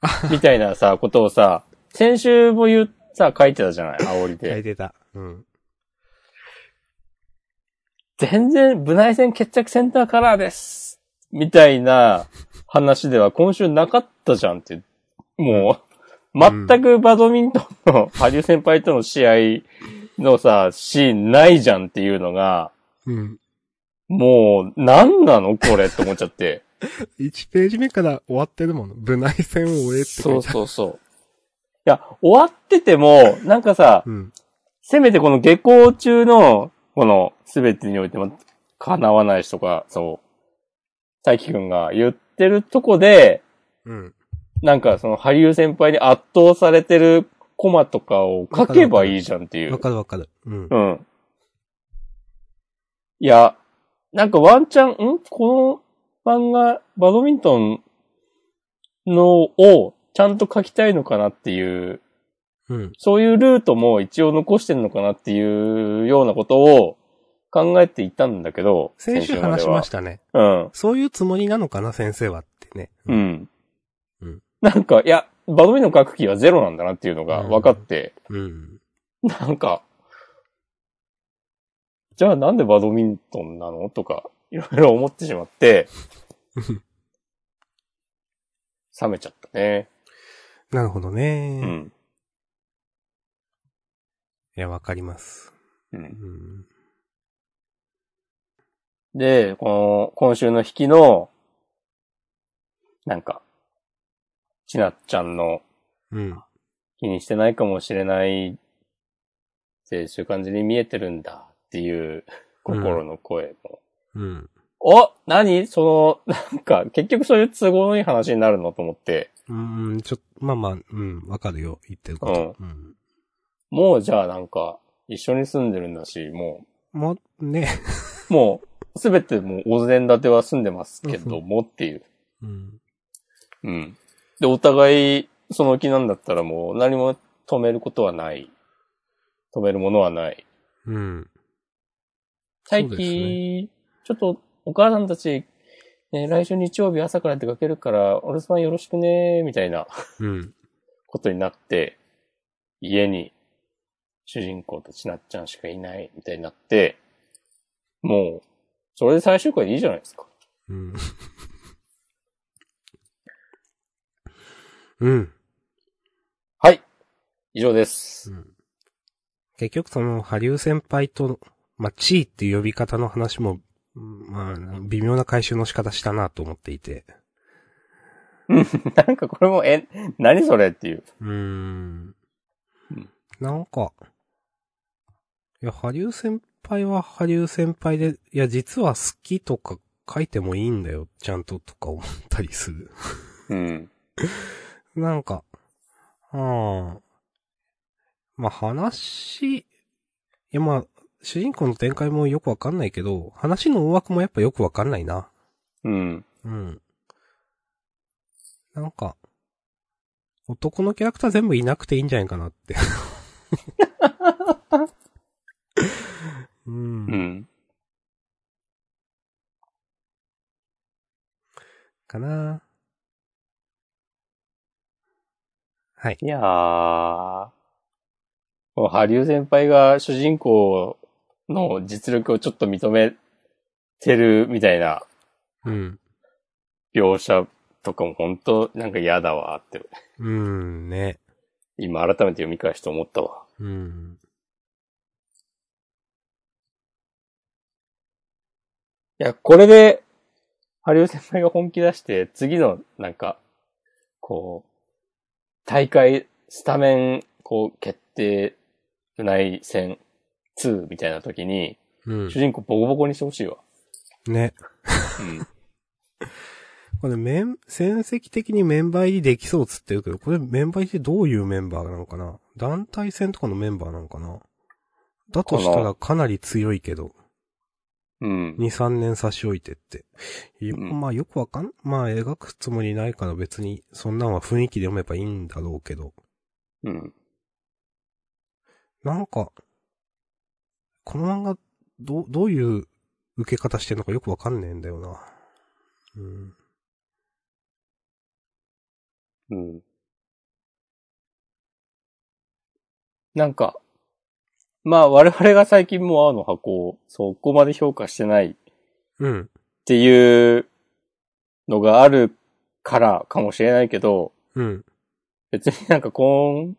A: ー、みたいなさ、ことをさ、先週も言う、さ、書いてたじゃない煽り
B: 書
A: で。
B: いてた。うん。
A: 全然、部内戦決着センターカラーですみたいな話では今週なかったじゃんって。もう、
B: うん
A: 全くバドミントンの、羽生先輩との試合のさ、シーンないじゃんっていうのが、
B: うん。
A: もう、何なのこれって思っちゃって。
B: 1ページ目から終わってるもん。部内戦を終えって
A: そ
B: 書いうてある。
A: そうそう。いや、終わってても、なんかさ、
B: うん。
A: せめてこの下校中の、この、すべてにおいても、叶わないしとか、そう、大輝くんが言ってるとこで、
B: うん。
A: なんかその、ハリウ先輩に圧倒されてるコマとかを書けばいいじゃんってい
B: わ
A: う。
B: かるわかる。うん
A: う。ん。いや、なんかワンチャン、んこの漫画、バドミントンのをちゃんと書きたいのかなっていう
B: うん。
A: そういうルートも一応残してんのかなっていうようなことを考えていたんだけど、
B: 先週話しましたね。
A: た。うん。
B: そういうつもりなのかな、先生はってね。
A: う。ん。
B: うん
A: なんか、いや、バドミントン書く気はゼロなんだなっていうのが分かって、
B: うん。
A: なんか、じゃあなんでバドミントンなのとか、いろいろ思ってしま
B: [LAUGHS]
A: って、冷めちゃったね。
B: なるほどね
A: う。ん。
B: いや、わかります。
A: う、
B: うんん。
A: で、この、今週の引きの、なんか、ちなっちゃんの
B: うん。
A: 気にしてないかもしれないって、そういう感じに見えてるんだっていう
B: うん
A: 心の声も
B: うん。
A: お何その、なんか、結局そういう都合のいい話になるのと思って、
B: うん、ちょっと、まあまあ、うん、わかるよ、言ってること。うん。
A: もうじゃあなんか、一緒に住んでるんだし、も
B: もう、ね、
A: う、もう、すべてもう、大膳立ては住んでますけどもっていう。
B: うん。
A: うん。で、お互い、その気なんだったらもう、何も止めることはない。止めるものはない。
B: うん。
A: 待
B: そう
A: 機、
B: です
A: ちょっと、お母さんたち、ね、来週日曜日朝から出かけるから、お留守番よろしくね、みたいな
B: うん。
A: ことになって、家に、主人公とちなっちゃんしかいない、みたいになって、もう、それで最終回でいいじゃないですか。
B: うん。うん。
A: はい。以上です。 [LAUGHS]
B: 結局その、ハリュー先輩と、まあ、地位っていう呼び方の話も、うんまあ、微妙な回収の仕方したなと思っていて。
A: なんかこれも、え、何それっていう。
B: うーん
A: うん。
B: なんか、いや、ハリュー先輩はハリュー先輩で、いや、実は好きとか書いてもいいんだよ、ちゃんととか思ったりする。
A: うん。
B: なんか、うん。まあ、話、いや、まあ、主人公の展開もよくわかんないけど、話の大枠もやっぱよくわかんないな。
A: うん。
B: うん。なんか、男のキャラクター全部いなくていいんじゃないかなって。う。
A: うんん。
B: かなはい。
A: いやー、このハリュー先輩が主人公の実力をちょっと認めてるみたいな
B: うん。
A: 描写とかも本当なんか嫌だわって、
B: うん、ね。
A: 今改めて読み返して思ったわ。
B: うん。
A: いや、これで、ハリウ先輩が本気出して、次の、なんか、こう、大会、スタメン、こう、決定、内戦、2みたいな時に、
B: うん
A: 主。人公ボコボコにしてほしいわ。
B: ね。
A: うん。
B: これメン、戦績的にメンバー入りできそうっつってるけど、これメンバー入りってどういうメンバーなのかな団体戦とかのメンバーなのかなだとしたらかなり強いけど。
A: うん。
B: 2、3年差し置いてって。よ
A: うん
B: まあよくわかん、まあ描くつもりないから別に、そんなんは雰囲気で読めばいいんだろうけど。
A: うん。
B: なんか、この漫画、どう、どういう受け方してんのかよくわかんねえんだよな。うん。
A: うん。なんか、まあ我々が最近もう青の箱をそこまで評価してない
B: うん。
A: っていうのがあるからかもしれないけど、
B: うん。
A: 別になんか今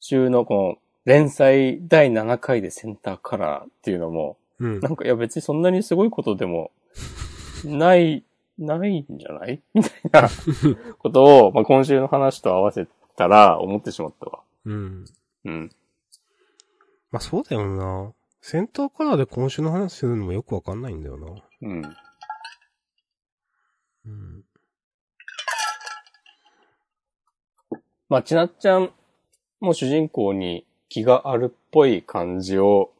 A: 週のこの連載第7回でセンターカラーっていうのも、
B: [LAUGHS] うん
A: な。んかいや別にそんなにすごいことでもない、ないんじゃない [LAUGHS] みたいなことを、まあ、今週の話と合わせたら思ってしまったわ。
B: うん。
A: うん。
B: まあそうだよな。センターカラーで今週の話するのもよくわかんないんだよな。
A: うん。
B: うん。
A: まあ、ちなっちゃんも主人公に気があるっぽい感じを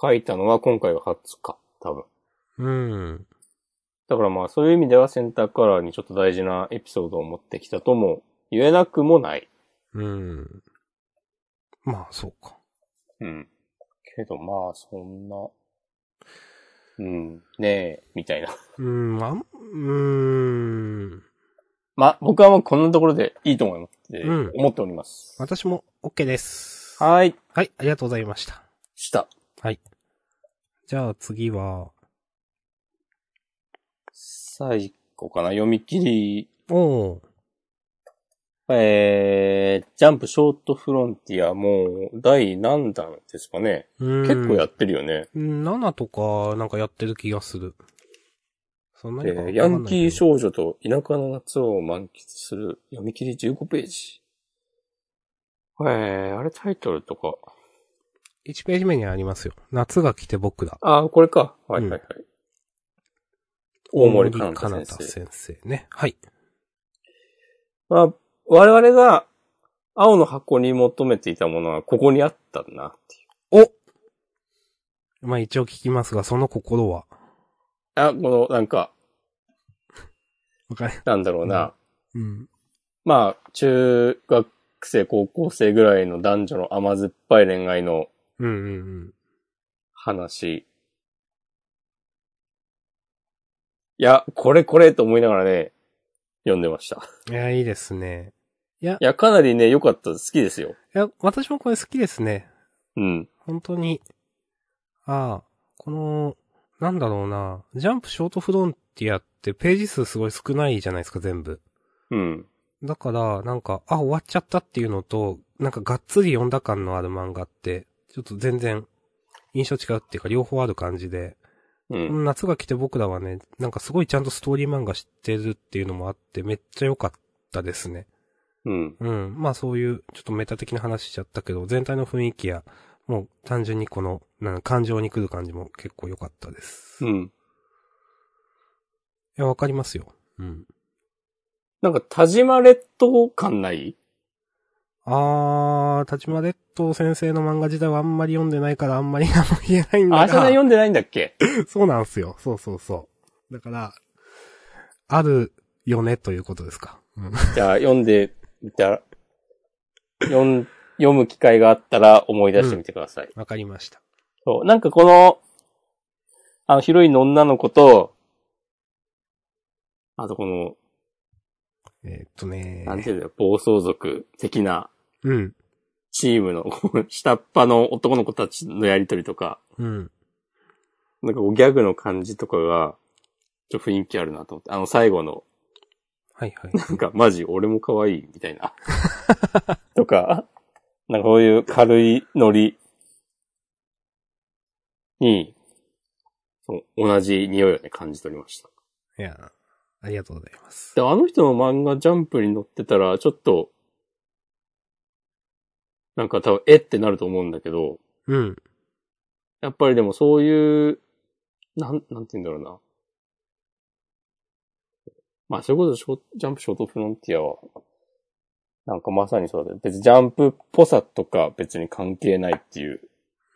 A: 書いたのは今回が初か、多分。
B: うん。
A: だからまあそういう意味ではセンターカラーにちょっと大事なエピソードを持ってきたとも言えなくもない。
B: うん。まあそうか。
A: うん。けどまあそんな、うん、ねえ、みたいな。
B: うん、あん、うーん。
A: [LAUGHS] まあ僕はもうこんなところでいいと思います。えー
B: うん
A: 思っております。
B: 私も OK です。
A: はーい。
B: はい、ありがとうございました。
A: した。
B: はい。じゃあ次は、
A: 最後かな。読み切り。
B: おー、
A: えー、ジャンプショートフロンティアもう第何弾ですかね。結構や
B: っ
A: ってるよね。
B: 7とか、なんかやってる気がする。そんな
A: え
B: にかわか
A: ー
B: ん
A: ヤ
B: ないけど
A: ンキー少女と田舎の夏を満喫する読み切り15ページ。えー、あれタイトルとか、
B: 1ページ目にありますよ。夏が来て僕だ。
A: ああ、これか。はいはいはい。大森かなた
B: 大森
A: 先
B: かな
A: 生。
B: た先生ね。はい。
A: まあ、我々が青の箱に求めていたものはここにあったんだなっていう。
B: おまあ一応聞きますが、その心は。
A: あ、この、なんか、
B: わかる。 [LAUGHS]
A: なんだろうな。
B: うん。
A: まあ、中学生、高校生ぐらいの男女の甘酸っぱい恋愛の
B: うんうん
A: 話。いや、これこれと思いながらね、読んでました。
B: うん。いや、いいですね。
A: いや、かなりね、良かったです。好きですよ。
B: いや、私もこれ好きですね。
A: うん。
B: 本当に。ああ、この、なんだろうな。ジャンプショートフロンティアってページ数すごい少ないじゃないですか、全部。
A: うん。
B: だから、なんか、あ、終わっちゃったっていうのと、なんかがっつり読んだ感のある漫画って、ちょっと全然、印象違うっていうか、両方ある感じで。
A: うん。
B: 夏が来て僕らはね、なんかすごいちゃんとストーリー漫画知ってるっていうのもあって、めっちゃ良かったですね。
A: うん。
B: うん。まあそういう、ちょっとメタ的な話しちゃったけど、全体の雰囲気や、もう単純にこの、なん感情に来る感じも結構良かったです。
A: う
B: い
A: ん。
B: や、わかりますよ。うん。
A: なんか、田島列島感ない
B: あー、立間列島先生の漫画自体はあんまり読んでないからあんまり何も言えないんだ
A: あ、
B: が。
A: あそれ読んでないんだっけ
B: [LAUGHS] そうなんすよ。そうそうそう。だから、あるよねということですか。うん。
A: じゃあ、読んでみたら、読ん、読む機会があったら思い出してみてください。
B: わかりました。
A: そう。なんかこの、あの、ヒロインの女の子と、あとこの、
B: えーっとね
A: なんていうんだよ、暴走族的な
B: うん。
A: チームの、 [LAUGHS] こう下っ端の男の子たちのやりとりとか、
B: うん。
A: なんかこうギャグの感じとかが、ちょっと雰囲気あるなと思って。あの、最後の、
B: はいはい。
A: なんか、マジ、俺も可愛い、みたいな。 [LAUGHS] とか、なんかそういう軽いノリに、そう同じ匂いをね、感じ取りました。
B: いや、ありがとうございます。
A: で、あの人の漫画ジャンプに載ってたら、ちょっと、なんか多分、えってなると思うんだけど、
B: うん。
A: やっぱりでもそういう、なん、なんて言うんだろうな。まあ、それこそショージャンプショートフロンティアは、なんかまさにそうだけど、別にジャンプっぽさとか別に関係ないっていう。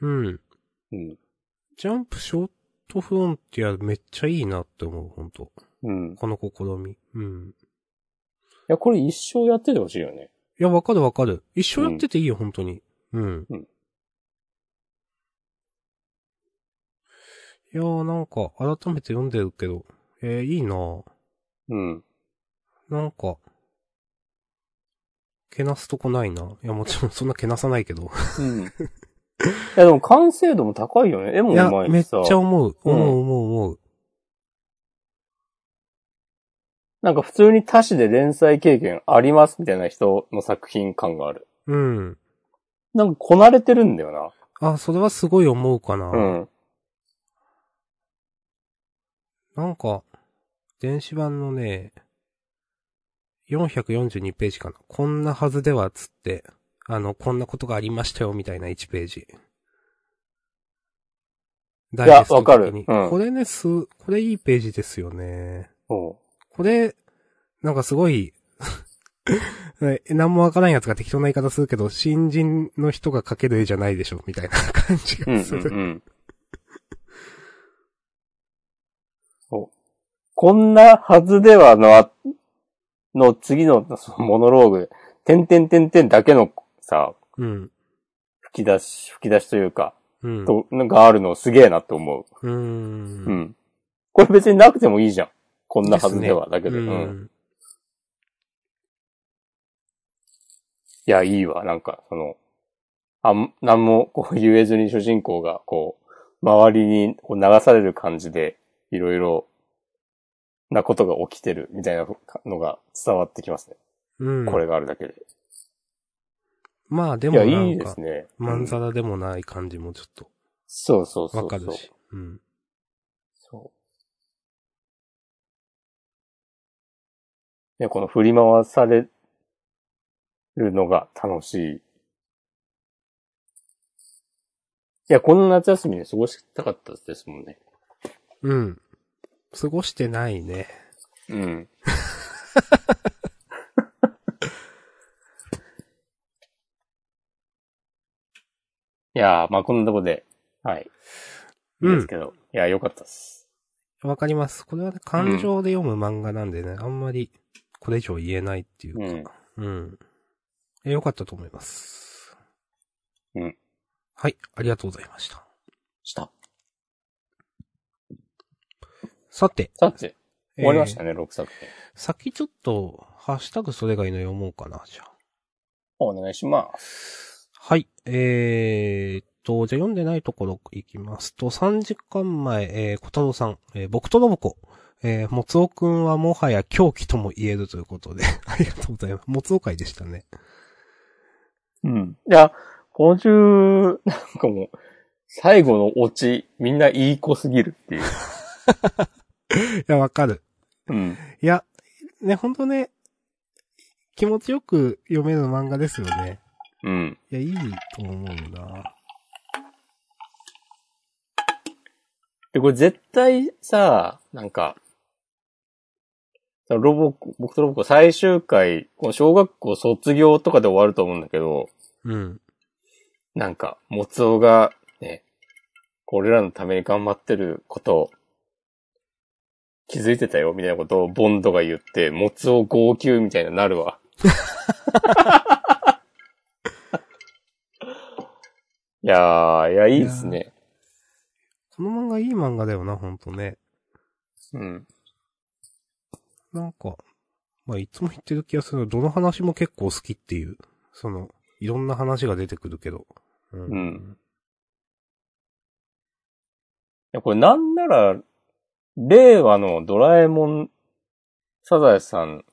B: うん。
A: うん。
B: ジャンプショートフロンティアめっちゃいいなって思う、ほんと。
A: うん。い
B: この試み。うん。
A: や、これ一生やっててほしいよね。
B: いや、わかるわかる。一生やってていいよ、ほんとに。うん。
A: うん
B: いやーなんか、改めて読んでるけど、えー、いいなぁ
A: うん。
B: なんか、けなすとこないな。いや、もちろんそんなけなさないけ
A: [LAUGHS]
B: ど。
A: うん。いや、でも完成度も高いよね。絵も
B: いうや、
A: まい
B: めっ
A: し
B: ち
A: さ。
B: ゃ思う。
A: うん
B: 思う思う思う。
A: なんか普通に他誌で連載経験ありますみたいな人の作品感がある。
B: うん。
A: なんかこなれてるんだよ
B: あ、それはすごい思うかな。
A: な。うん。
B: なんか、電子版のね、442ページかな。こんなはずではっつって、あの、こんなことがありましたよ、みたいな1ページ。ダイジェスト的に
A: わかるうん
B: これね、す、これいいページですよね。
A: そう。
B: これ、なんかすごい、 [LAUGHS] ね何もわからんやつが適当な言い方するけど、新人の人が描ける絵じゃないでしょ、みたいな感じ
A: うんう
B: が
A: ん
B: する。
A: うん。そうこんなはずではのあ、の次のそのモノローグ、点点点点だけのさ、
B: うん。
A: 吹き出し、吹き出しというか、
B: うん。
A: と、なんかあるのすげえなって思う。
B: うーん
A: う。ん。これ別になくてもいいじゃん。こんなはずでは。だけど、
B: う
A: うん。
B: ん。
A: いや、いいわ。なんか、その、あん、なんもこう言えずに主人公が、こう、周りにこう流される感じで、いろいろ、なことが起きてるみたいなのが伝わってきますね。
B: うん、
A: これがあるだけで。
B: まあで
A: いや、
B: もない
A: い
B: ん
A: で
B: か
A: す、ね。
B: まん
A: う
B: ざ
A: ん
B: らでもない感じもちょっ
A: そうそうそうそ
B: と
A: う。
B: わかるし。うん。
A: そう。ね、この振り回されるのが楽しい。いや、この夏休みね、過ごしたかったですもんね。
B: うん。過ごしてないね。
A: うん。 [LAUGHS] いやー、まあこんなとこで、はい。
B: うん
A: ですけど、いや、良かったっす。
B: わかります。これはね、感情で読む漫画なんでね、あんまり、これ以上言えないっていうう。
A: ん。
B: うん。え、よかったと思います。
A: うん。
B: はい、ありがとうございました。
A: した。
B: さて、
A: さて、終わりました
B: えー
A: ね、6作品。
B: 先ちょっと、ハッシュタグそれがいいの読もうかな、じゃあ。
A: お願いします。
B: はい。えーっと、じゃあ読んでないところ行きますと、3時間前、えー、小太郎さん、えー僕と信子、えー、もつおくんはもはや狂気とも言えるということで、 [LAUGHS] ありがとうございます。もつお会でしたね。
A: うん。いや、今週、なんかもう、最後のオチ、みんないい子すぎるっていう。
B: いや、わかる。
A: うん。
B: いや、ね、ほんとね、気持ちよく読める漫画ですよね。
A: うん。
B: いや、いいと思うな。
A: で、これ絶対さ、なんか、ロボコ、僕とロボコ最終回、この小学校卒業とかで終わると思うんだけど、
B: うん。
A: なんか、モツオが、ね、これらのために頑張ってることを、気づいてたよ、みたいなことをボンドが言って、モツオ号泣みたいになる
B: [LAUGHS]
A: わ。いやー、いや、いいですね。
B: この漫画いい漫画だよな、ほんとね。
A: うん。
B: なんか、まあ、いつも言ってる気がするけど、どの話も結構好きっていう、その、いろんな話が出てくるけど。うん
A: うんいや、これなんなら、令和のドラえもん、サザエさん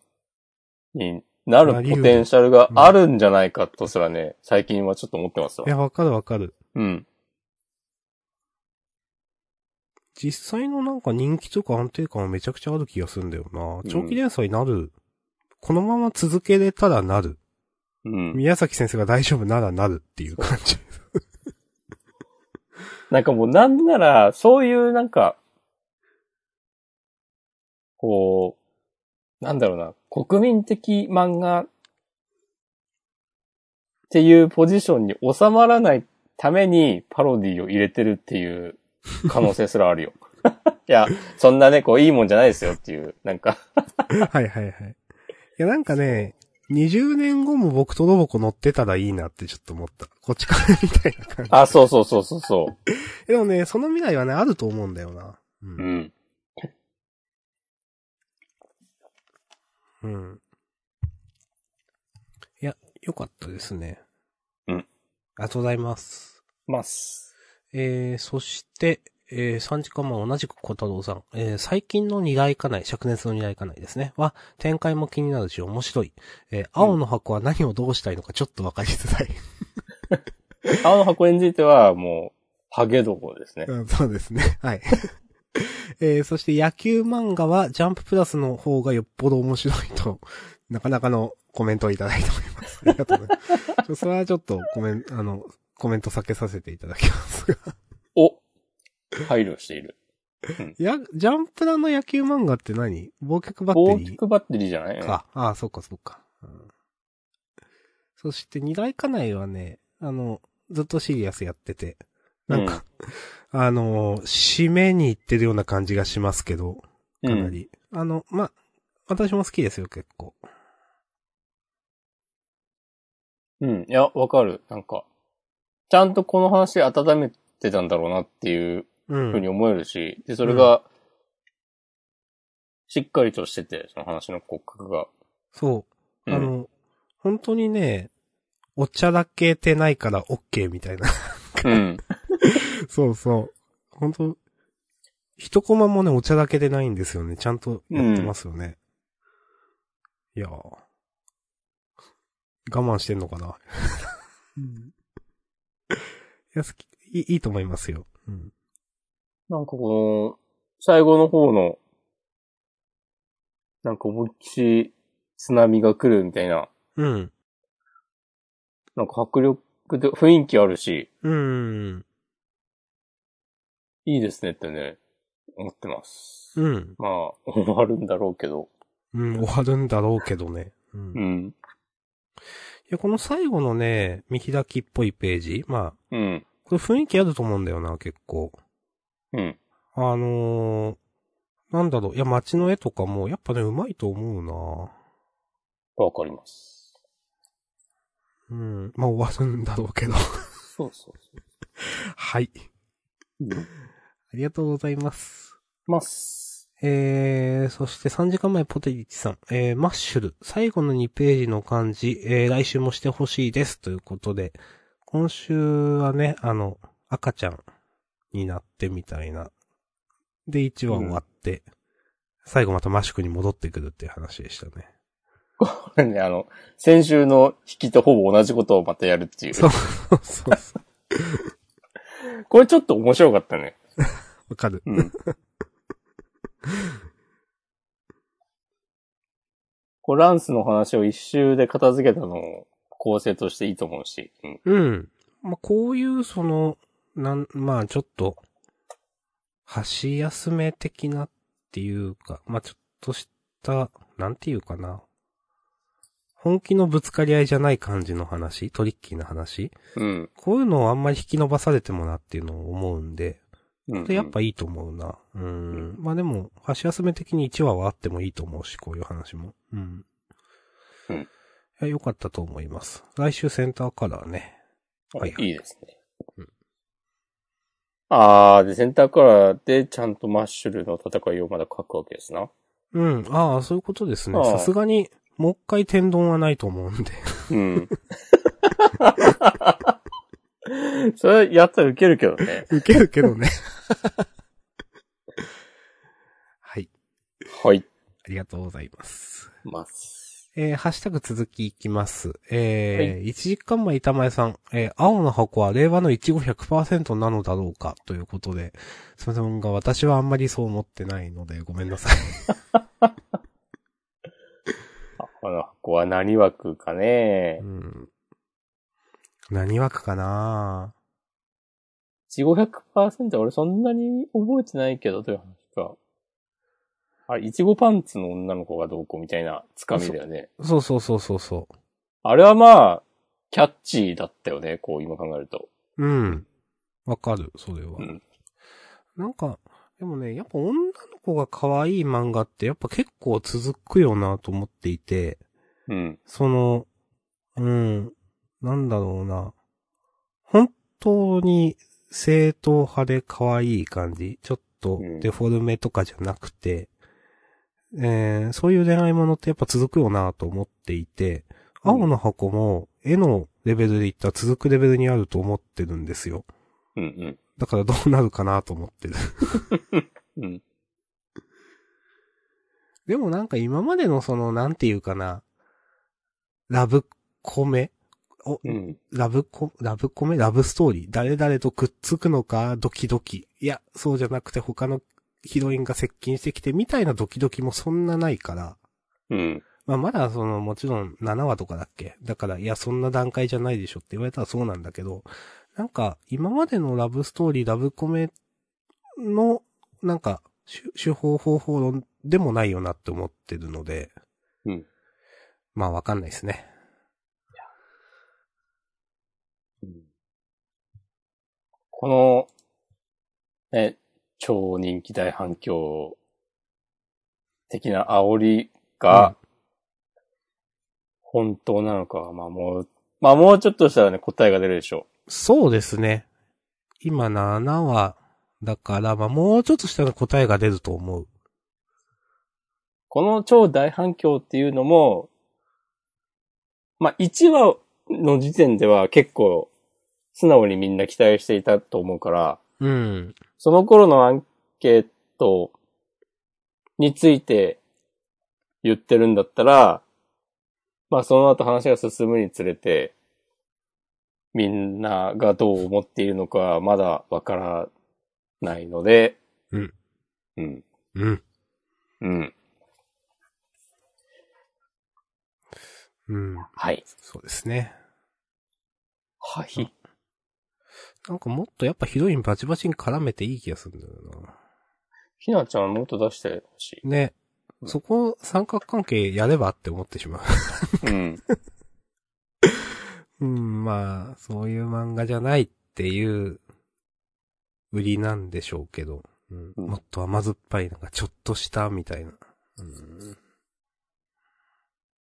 A: になるポテンシャルがあるんじゃないかとすらね、最近はちょっと思ってます
B: い
A: わ。
B: や、わかるわかる。
A: うん。
B: 実際のなんか人気とか安定感はめちゃくちゃある気がするんだよな。
A: ん
B: 長期連載なる。このまま続けれたらなる。
A: うん。
B: 宮崎先生が大丈夫ならなるっていう感じ。 [LAUGHS]
A: なんかもうなんなら、そういうなんか、こう、なんだろうな、国民的漫画っていうポジションに収まらないためにパロディを入れてるっていう可能性すらあるよ。いや、そんなね、こういいもんじゃないですよっていう、なんか、
B: はいはいはい。いや、なんかね、20年後も僕とロボコ乗ってたらいいなってちょっと思った。こっちからみたいな感じ。
A: あ、そうそうそうそうそ
B: でもね、その未来はね、あると思うんだよな。う
A: う。うん。
B: うん。いや、よかったですね。
A: うん
B: ありがとうございます。
A: ます。
B: えー、そして、えー、3時間前同じく小太郎さん。えー、最近の二来家内、灼熱の二来家内ですね。は、展開も気になるし面白い。えー、青の箱は何をどうしたいのかちょっとわかりづらい。
A: 青の箱については、もう、ハゲどころですね。
B: うんそうですね。はい。 [LAUGHS] えー、そして野球漫画はジャンププラスの方がよっぽど面白いと、なかなかのコメントをいただいております。ありがとうございますちょ。それはちょっとコメント、あの、コメント避けさせていただきますが。 [LAUGHS]
A: お配慮している。
B: いや、ジャンプラの野球漫画って何忘却バ
A: 大
B: ッ
A: き
B: テリ
A: くバッテリーじゃない
B: ーか。ああ、そっかそっか。うんそして二大家内はね、あの、ずっとシリアスやってて、なんか、あの、締めに行ってるような感じがしますけど、
A: う
B: か
A: ん
B: なり。あの、ま、私も好きですよ、結構。
A: うん。いや、わかる。なんか、ちゃんとこの話温めてたんだろうなっていう
B: う
A: ふうに
B: ん。
A: 思えるし、で、それが、しっかりとしてて、その話の骨格が。
B: そうう。
A: ん
B: あの、本当にね、お茶だけてないから OK みたいな。 [LAUGHS]
A: うん。
B: そうそう。本当一コマもね、お茶だけでないんですよね。ちゃんとやってますよね。いやー我慢してんのかな。 [LAUGHS] いや、好き、いいいいと思いますよ。うん。
A: なんかこの、最後の方の、なんか思いっきり津波が来るみたいな、
B: うん。
A: なんか迫力で、雰囲気あるし、
B: うん。
A: いいですねってね、思ってます。
B: うん。
A: まあ、 [LAUGHS] 終わるんだろうけど。
B: うん、終わるんだろうけどね。うん。
A: う
B: い
A: ん。
B: や、この最後のね、見開きっぽいページ。まあ、
A: うん。
B: これ雰囲気あると思うんだよな、結構。
A: うん。
B: あのー、なんだろう、いや、街の絵とかも、やっぱね、うまいと思
A: わかります。
B: うなうん。まあ、終わるんだろうけど。 [LAUGHS]
A: そうそうそう。
B: はい。
A: うん
B: ありがとうございます。
A: ます。
B: えー、そして3時間前ポテリチさん、えー、マッシュル、最後の2ページの漢字、えー、来週もしてほしいです、ということで、今週はね、あの、赤ちゃんになってみたいな。で、1話終わって、最後またマシュクに戻ってくるっていう話でしたね。
A: これね、あの、先週の引きとほぼ同じことをまたやるっていう。
B: そうそうそうそう。
A: これちょっと面白かったね。
B: わかる。 [LAUGHS]
A: うん。こうランスの話を一周で片付けたのも構成としていいと思うし。うん。
B: うん。まあ、こういう、その、なん、まあ、ちょっと、箸休め的なっていうか、まあ、ちょっとした、なんていうかな。本気のぶつかり合いじゃない感じの話、トリッキーな話。
A: うん。
B: こういうのをあんまり引き伸ばされてもなっていうのを思うんで、
A: うん、
B: でやっぱいいと思うな。うん。
A: うん
B: まあでも、箸休め的に1話はあってもいいと思うし、こういう話も。うん。
A: うん
B: いや、良かったと思います。来週センターカラーね。はいはい
A: いいですね。
B: うん
A: あー、で、センターカラーでちゃんとマッシュルの戦いをまだ書くわけですな。
B: うん。ああ、そういうことですね
A: あ。あ
B: さすがに、もう一回天丼はないと思うんで。
A: うん。それやったらウケるけどね。
B: [LAUGHS] 受けるけどね。 [LAUGHS] はい。
A: はい。
B: ありがとうございます。
A: ます。
B: えー、ハッシュタグ続きいきます。えー1時間前板前さん、えー青の箱は令和の15100%なのだろうかということで、すみませんが、私はあんまりそう思ってないので、ごめんなさい。
A: あの箱は何枠かね
B: う。ん。何枠かな
A: 1500%俺そんなに覚えてないけど、という話か。あれ、いちごパンツの女の子がどうこうみたいなつかみだよね。
B: そうそうそうそうそ
A: あれはまあ、キャッチーだったよね、こう今考えると。
B: う。うん。わかる、それは。
A: うん。
B: なんか、でもね、やっぱ女の子が可愛い漫画ってやっぱ結構続くよなと思っていて、
A: うん。
B: その、うん、なんだろうな。本当に正統派で可愛い感じ。ちょっと
A: うん
B: デフォルメとかじゃなくて、えーそういう恋愛ものってやっぱ続くよなと思っていて、
A: うん
B: 青の箱も絵のレベルで言ったら続くレベルにあると思ってるんですよ。
A: うん
B: だからどうなるかなと思ってる。
A: うん。うん。
B: [LAUGHS] でもなんか今までのその、なんていうかな、ラブコメお、
A: うん。
B: ラブコ、ラブコメラブストーリー誰々とくっつくのかドキドキ。いや、そうじゃなくて他のヒロインが接近してきてみたいなドキドキもそんなないから。
A: うん。
B: まあまだそのもちろん7話とかだっけだからいやそんな段階じゃないでしょって言われたらそうなんだけど、なんか今までのラブストーリー、ラブコメのなんか手手法方法論でもないよなって思ってるので、
A: うん。
B: まあわかんないですね。
A: この、え、超人気大反響的な煽りが、本当なのかは、まあもう、まあもうちょっとしたらね、答えが出るでしょ
B: そうですね。今7話だから、まあもうちょっとしたら答えが出ると思う。
A: う。この超大反響っていうのも、まあ1話の時点では結構、素直にみんな期待していたと思うから、
B: うん。
A: その頃のアンケートについて言ってるんだったら、まあその後話が進むにつれて、みんながどう思っているのかまだわからないので、
B: うん。
A: うん。
B: うん。
A: うん。
B: うん。
A: はい。
B: そうですね。
A: はい。
B: なんかもっとやっぱヒロインバチバチに絡めていい気がするんだよ
A: ひなちゃんもっと出してほしい。
B: な。ね。そこ三角関係やればって思ってしまう。 [LAUGHS]
A: うん。
B: うん、まあ、そういう漫画じゃないっていう、売りなんでしょうけど、うん
A: うん
B: もっと甘酸っぱい、なんかちょっとした、みたいな。うん。い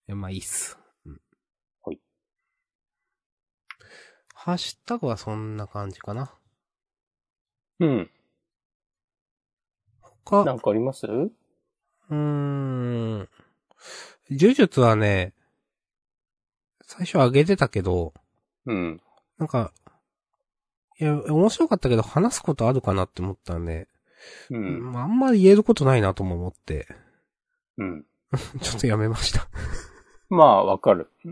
B: や、まあ、いいっす。うん。
A: はい。
B: ハッシュタグはそんな感じかな。 [LAUGHS]
A: うん。
B: 他、
A: なんかありますう
B: うーん。呪術はね、最初上げてたけど、
A: ん。
B: なんか、いや、面白かったけど話すことあるかなって思ったらね、
A: うん。
B: まああんまり言えることないなとも思って、 [LAUGHS]
A: うん。
B: ちょっとやめました。
A: まあ、わかる。 [LAUGHS]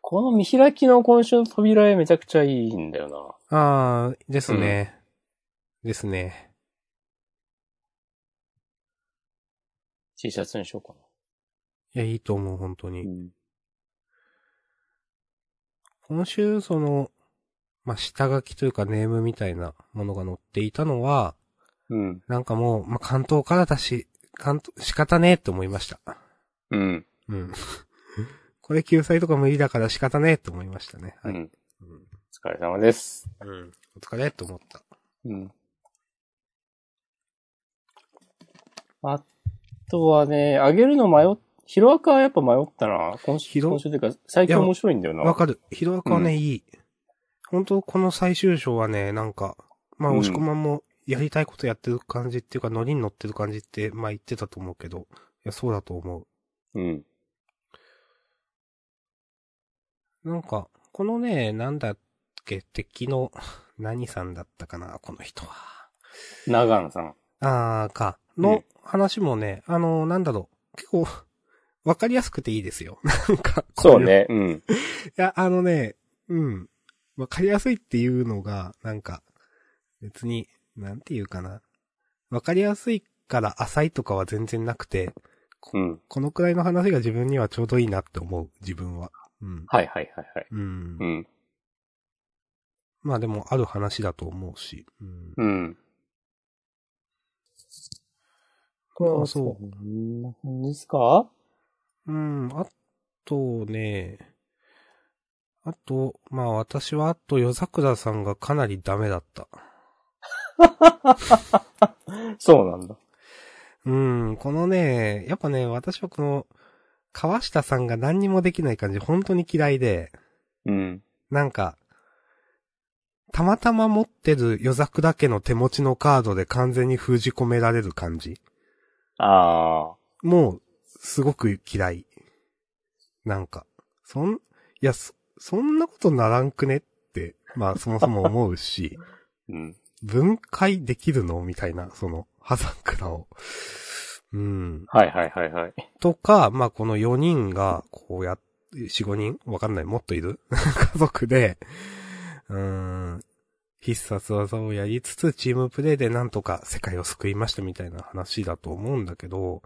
A: この見開きの今週の扉絵めちゃくちゃいいんだよな。
B: あー、ですね。ですね。
A: T シャツにしようか
B: いや、いいと思う、本当
A: な。
B: に。
A: ん。
B: 今週、その、まあ、下書きというかネームみたいなものが載っていたのは、
A: うん。
B: なんかもう、まあ、関東からだし、関東、仕方ねえって思いました。
A: うん。 [LAUGHS]
B: うん。これ救済とか無理だから仕方ねえって思いましたね。
A: う
B: はい。
A: ん。お疲れ様です。
B: うん。お疲れって思った。
A: うん。あとはね、あげるの迷っ、ヒロアカはやっぱ迷ったな。今週、
B: ヒロ
A: 今週というか、最近面白いんだよな。
B: わかる。ヒロアカはね、
A: う
B: いい。本当この最終章はね、なんか、まあ、
A: うん
B: 押し込まんもやりたいことやってる感じっていうか、ノリに乗ってる感じって、まあ言ってたと思うけど、いや、そうだと思
A: うん。
B: う。なんか、このね、なんだっけ、敵の、何さんだったかな、この人は。
A: 長野さん。
B: あーか、
A: う
B: の
A: ん
B: 話もね、あの、なんだろう、結構、わかりやすくていいですよ。 [LAUGHS] なんか、
A: そう
B: こい
A: ね。うん。
B: いや、あのね、うん。わかりやすいっていうのが、なんか、別に、なんていうかな。わかりやすいから浅いとかは全然なくて、
A: うん。
B: このくらいの話が自分にはちょうどいいなって思う、自分は。うん。
A: はいはいはいはい。
B: うん
A: う。ん。
B: まあでも、ある話だと思うし。うん。
A: うん。
B: まあそ
A: んな感じですか
B: うん、あとね、あと、まあ私は、あと、夜桜さんがかなりダメだった。
A: そうなんだ。
B: うん、このね、やっぱね、私はこの、川下さんが何にもできない感じ、本当に嫌いで、
A: うん。
B: なんか、たまたま持ってる夜桜家の手持ちのカードで完全に封じ込められる感じ。
A: ああ。
B: もう、すごく嫌い。なんか、そん、いや、そ、そんなことならんくねって、まあそもそも思うし、
A: うん。
B: 分解できるのみたいな、その、葉桜を。うん。
A: はいはいはいはい。
B: とか、まあ、この4人が、こうやっ、4、5人わかんない。もっといる [LAUGHS] 家族で、うーん、必殺技をやりつつ、チームプレイでなんとか世界を救いましたみたいな話だと思うんだけど、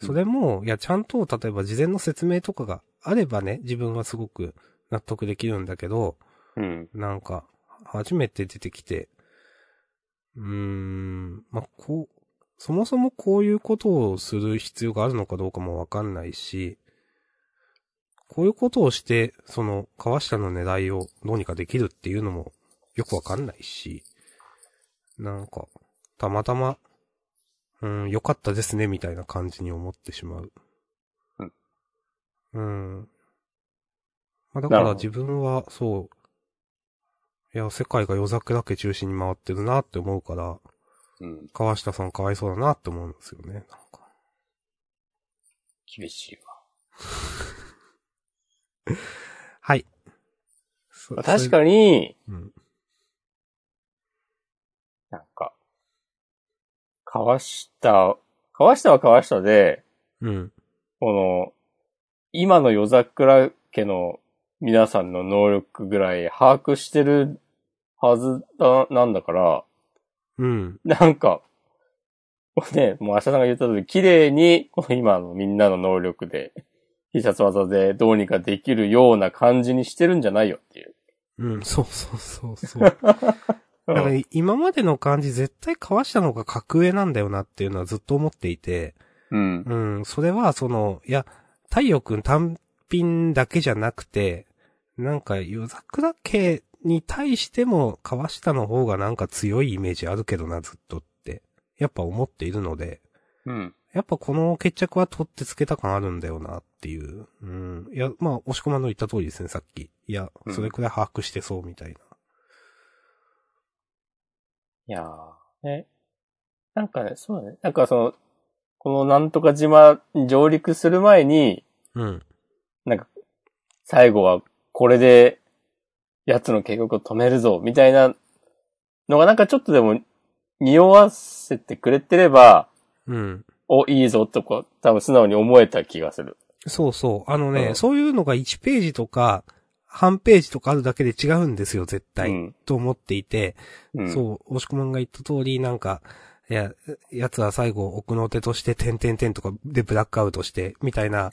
B: それも、いや、ちゃんと、例えば事前の説明とかがあればね、自分はすごく納得できるんだけど、
A: うん。
B: なんか、初めて出てきて、うーん、まあ、こう、そもそもこういうことをする必要があるのかどうかもわかんないし、こういうことをして、その、川下の狙いをどうにかできるっていうのもよくわかんないし、なんか、たまたま、うん、良かったですね、みたいな感じに思ってしまう。
A: うん。
B: うん。まあ、だか
A: な
B: ら
A: るほど
B: 自分は、そう、いや、世界が夜桜家中心に回ってるなって思うから、
A: うん。
B: 川下さんかわいそうだなって思うんですよね。なんか。
A: 厳しいわ。
B: はい。そ
A: まあ確
B: に。
A: かに、
B: うん。
A: なんか、川下、川下は川下で、
B: うん。
A: この、今の夜桜家の皆さんの能力ぐらい把握してるはずだ、なんだから、
B: うん。
A: なんか、もうね、もう明日さんが言った通り、綺麗に、この今のみんなの能力で必殺技でどうにかできるような感じにしてるんじゃないよっていう。
B: うん、そうそうそ
A: [LAUGHS]
B: うそう。だから今までの感じ絶対川下の方が格上なんだよなっていうのはずっと思っていて、
A: うん。
B: うん、それはその、いや、太陽くん単品だけじゃなくて、なんか夜桜家に対しても川下の方がなんか強いイメージあるけどな、ずっとって。やっぱ思っているので、
A: うん。
B: やっぱこの決着は取ってつけた感あるんだよなっていう。うん。いや、まあ、押し込まんの言った通りですね、さっき。いや
A: う、ん
B: それくらい把握してそうみたいな。
A: いやー、ね。なんかね、そうだね。なんかその、このなんとか島に上陸する前に、
B: うん。
A: なんか、最後はこれで、奴の計画を止めるぞ、みたいなのがなんかちょっとでも、匂わせてくれてれば、
B: うん。
A: お、いいぞ、とか、多分素直に思えた気がする。
B: そうそう。あのね、
A: うん
B: そういうのが1ページとか、半ページとかあるだけで違うんですよ、絶対。
A: うん
B: と思っていて、
A: うん。
B: そう、押し込まんが言った通り、なんか、いや、やつは最後、奥の手として、点々点とかでブラックアウトして、みたいな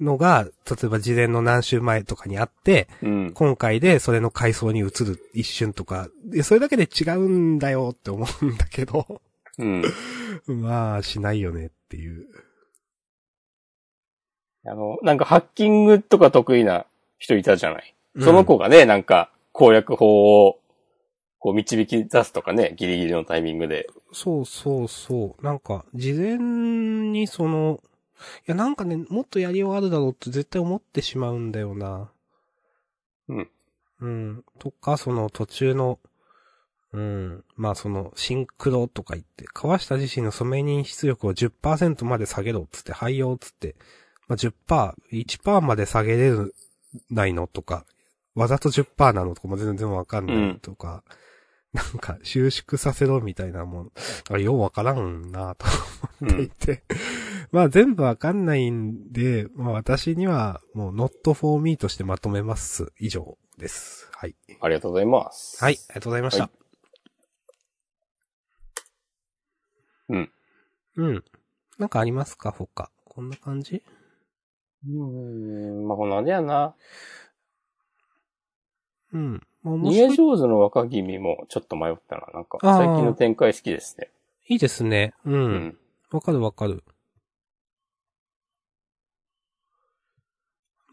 B: のが、例えば事前の何週前とかにあって、
A: うん。
B: 今回でそれの階層に移る一瞬とか、でそれだけで違うんだよって思うんだけど、 [LAUGHS]
A: うん。
B: まあ、しないよねっていう。
A: あの、なんかハッキングとか得意な人いたじゃない。その子がね、なんか攻略法をこう導き出すとかね、ギリギリのタイミングで。
B: そうそうそう。なんか、事前にその、いやなんかね、もっとやりようあるだろうって絶対思ってしまうんだよな。
A: うん。
B: うん。とか、その途中の、うん。まあその、シンクロとか言って、川下自身のソメ人出力を10%まで下げろっつって、廃用っつって、まあ10%、1%まで下げれるないのとか、わざと10%なのとかも全然わかんないとか、なんか収縮させろみたいなもん。あようわからんなと
A: う
B: 思ってい
A: ん。
B: て。まあ全部わかんないんで、まあ私にはもう not for me としてまとめます。以上です。はい。
A: ありがとうございます。
B: はい、ありがとうございました。
A: はうん。
B: うん。なんかありますか他。こんな感じ
A: うーん。まあ、こんなんでやな。
B: うん。まあ面
A: 逃
B: 白
A: げ
B: い
A: 上手の若君もちょっと迷ったな。なんか、
B: あー
A: 最近の展開好きですね。
B: いいですね。う。
A: うんん。
B: わかるわかる。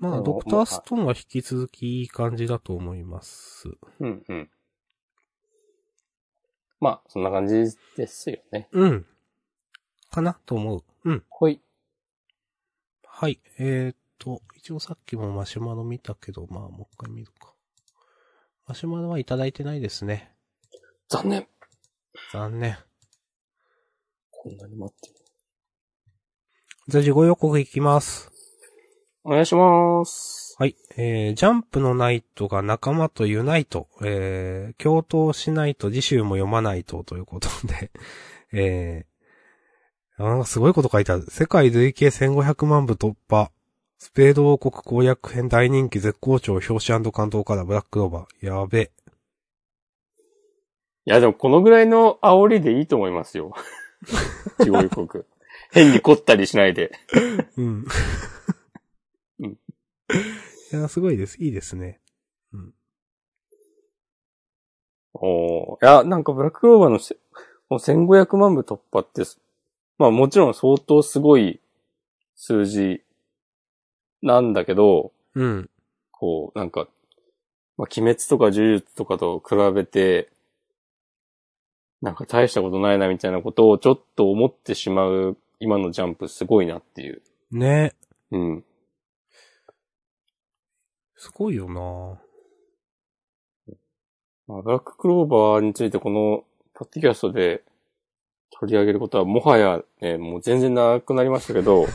B: ま
A: で
B: あ、
A: も
B: ドクターストーンは引き続きいい感じだと思います。
A: うん、うん。まあ、そんな感じですよね。
B: うん。かなと思う。うん。
A: ほい。
B: はい。えー、っと、一応さっきもマシュマロ見たけど、まあ、もう一回見るか。マシュマロはいただいてないですね。
A: 残念。
B: 残念。
A: こんなに待ってる。
B: じゃあ、事後予告いきます。
A: お願いします。
B: はい。えー、ジャンプのナイトが仲間とユナイト、えー、共闘しないと次週も読まないとということで、 [LAUGHS] えー、なんかすごいこと書いてある。世界累計1500万部突破。スペード王国攻略編大人気絶好調表紙関東からブラックローバー。やべ。
A: いや、でもこのぐらいの煽りでいいと思いますよ。地方予告。変に凝ったりしないで。
B: うん。 [LAUGHS]
A: うん
B: いや、すごいです。いいですね。
A: おーいや、なんかブラッククローバーのせもう1500万部突破ってす、まあもちろん相当すごい数字なんだけど、
B: うん。
A: こう、なんか、まあ、鬼滅とか呪術とかと比べて、なんか大したことないなみたいなことをちょっと思ってしまう今のジャンプすごいなっていう。
B: ね
A: うん。
B: すごいよな
A: まあ、ブラッククローバーについてこの、ポッドキャストで取り上げることは、もはやね、もう全然なくなりましたけ [LAUGHS] ど、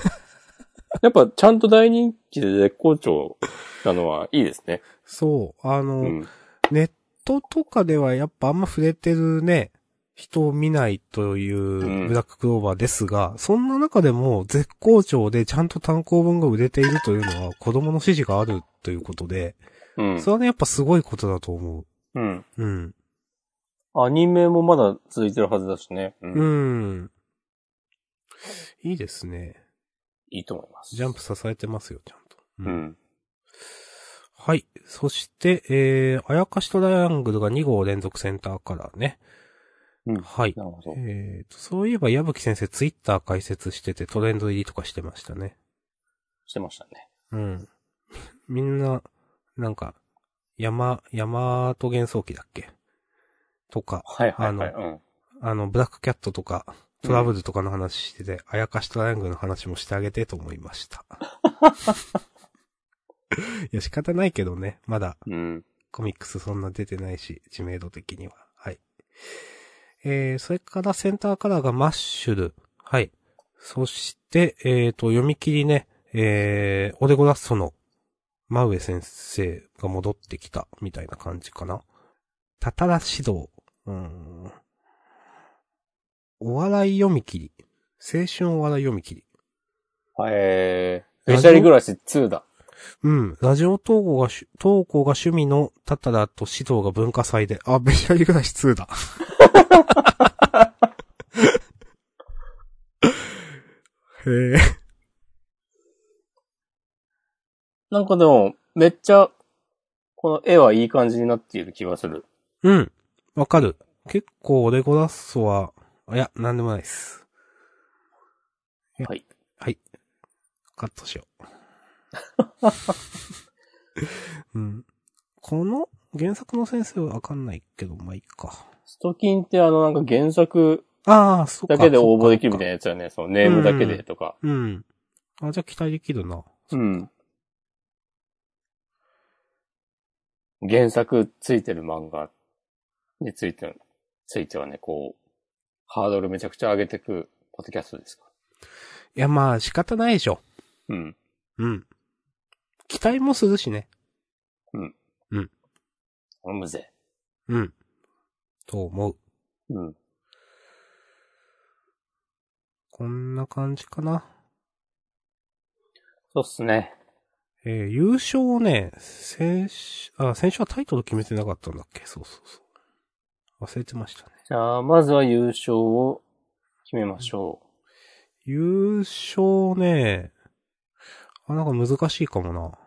A: やっぱちゃんと大人気で絶好調なのはいいですね。
B: そう。あの、
A: うん。
B: ネットとかではやっぱあんま触れてるね、人を見ないというブラッククローバーですが、そんな中でも絶好調でちゃんと単行本が売れているというのは子供の指示があるということで、
A: うん
B: そ。れはね、やっぱすごいことだと思
A: うん。
B: う。うん。
A: アニメもまだ続いてるはずだしね。うん。
B: うん。いいですね。
A: いいと思います。
B: ジャンプ支えてますよ、ちゃんと。う
A: う。ん。
B: はい。そして、えー、あやかしトライアングルが2号連続センターからね。
A: うん
B: はい。
A: なるほど。
B: えーと、そういえば矢吹先生ツイッター解説しててトレンド入りとかしてましたね。
A: してましたね。
B: うん。 [LAUGHS] みんな、なんか、山、山と幻想記だっけとか、
A: はいはいはい。
B: あ
A: うん。
B: あの、ブラックキャットとか、トラブルとかの話してて、あやかしトライアングルの話もしてあげてと思いました。いや、仕方ないけどね。まだ、
A: うん。
B: コミックスそんな出てないし、知名度的には。はい。えー、それからセンターカラーがマッシュル。はい。そして、えーと、読み切りね、えー、オレゴラッソの真上先生が戻ってきた、みたいな感じかな。たたら指導。うーん。お笑い読み切り。青春お笑い読み切り。
A: えー、スペシャリ暮らし2だ。
B: うん。ラジオ投稿がし、投稿が趣味のタタラと指導が文化祭で。あ、ベシャリ暮らし2だ。へえ。
A: なんかでも、めっちゃ、この絵はいい感じになっている気がする。
B: うん。わかる。結構、レゴラッソは、あいや、なんでもないです。や
A: はい。
B: はい。カットしよう。うん。この、原作の先生はわかんないけど、まあ、いいか。
A: ストキンってあのなんか原作
B: ああ、そっか。
A: だけで応募できるみたい
B: い
A: なやつだよね。そのネームだけでとか。
B: な。うん。あ、じゃあ期待できるな。
A: うん。原作ついてる漫画について、ついてはね、こう、ハードルめちゃくちゃ上げてく、ポッドキャストですか
B: いや、まあ、仕方ないでしょ。
A: ら。うん。
B: うん。期待もするしね。
A: 頼むぜ。
B: うん。と思う。
A: うん。
B: こんな感じかな。
A: そうっすね。
B: えー優勝をね、先週、あ、先週はタイトル決めてなかったんだっけそうそうそう。忘れてましたね。
A: じゃあ、まずは優勝を決めましょ
B: 優勝ね、あ、なんか難しいかもな。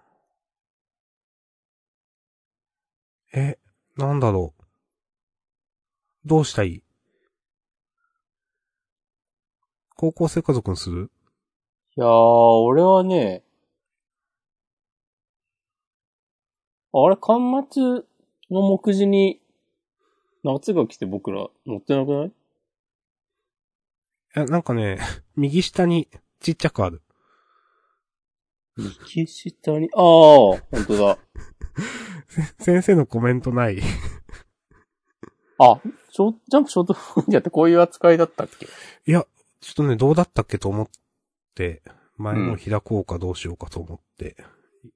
B: え、なんだろう。どうしたい高校生家族にする
A: う。いやー、俺はね、あれ、巻末の目次に、夏が来て僕ら乗ってなくない
B: え、なんかね、 [LAUGHS] 右下にちっちゃくある。 [LAUGHS]
A: 右下に、ああ、本当だ。
B: 先生のコメントない。
A: あ、ショジャンプショートフォームやってこういう扱いだったっけ
B: いや、ちょっとね、どうだったっけと思って、前の開こうかどうしようかと思って、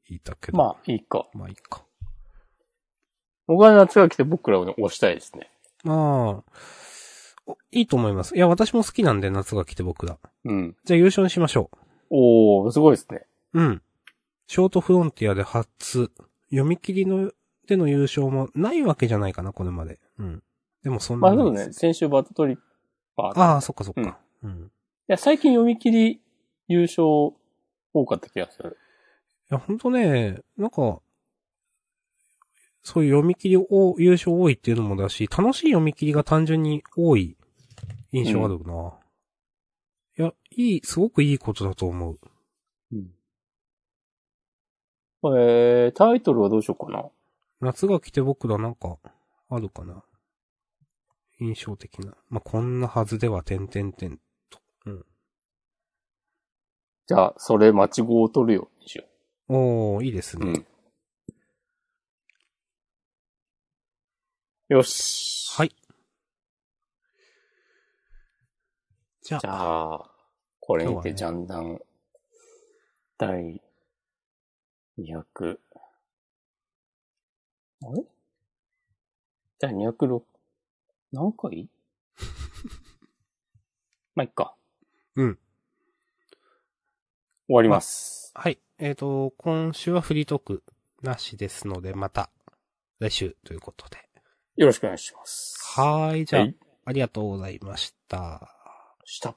B: いたけど。
A: まあ、いいか。
B: あ。まあいいか。
A: 僕は夏が来て僕らをね押したいですね。
B: まあ、おいいと思います。いや、私も好きなんで、夏が来て僕ら。
A: うん。
B: じゃあ優勝にしましょ
A: おー、すごいですね。
B: う。うん。ショートフロンティアで初、読み切りの、での優勝もないわけじゃないかな、これまで。うん。でもそん
A: ま
B: な
A: あ、
B: に
A: そ
B: な
A: う
B: い
A: だ
B: で
A: ね。。
B: す
A: 先週バットトリッパー。い
B: ああ、そっかそっか。うん
A: や、最近読み切り優勝多かった気がする。
B: いや、ほんとね、なんか、そういう読み切りを、優勝多いっていうのもだし、楽しい読み切りが単純に多い印象あるな。いや、いい、すごくいいことだと思う。
A: えー、タイトルはどうしようかな。
B: 夏が来て僕らなんか、あるかな。印象的な。まあ、こんなはずでは、てんてんてん。
A: じゃあ、それ待ち号を取るようにしよ
B: おー、いいです
A: う。
B: ね。
A: ん。よし。
B: はいじゃ
A: じ
B: あ、
A: ゃあ、これに
B: 今日は
A: て
B: ね
A: ジャンダン、第200、あれ第206、何
B: [LAUGHS]
A: 回まあ、いっか。
B: うん。
A: 終わります。
B: はい。えっ、と、今週はフリートークなしですので、また、来週ということで。
A: よろしくお願いします。
B: はーい、じゃあ、
A: はい
B: ありがとうございました。
A: した。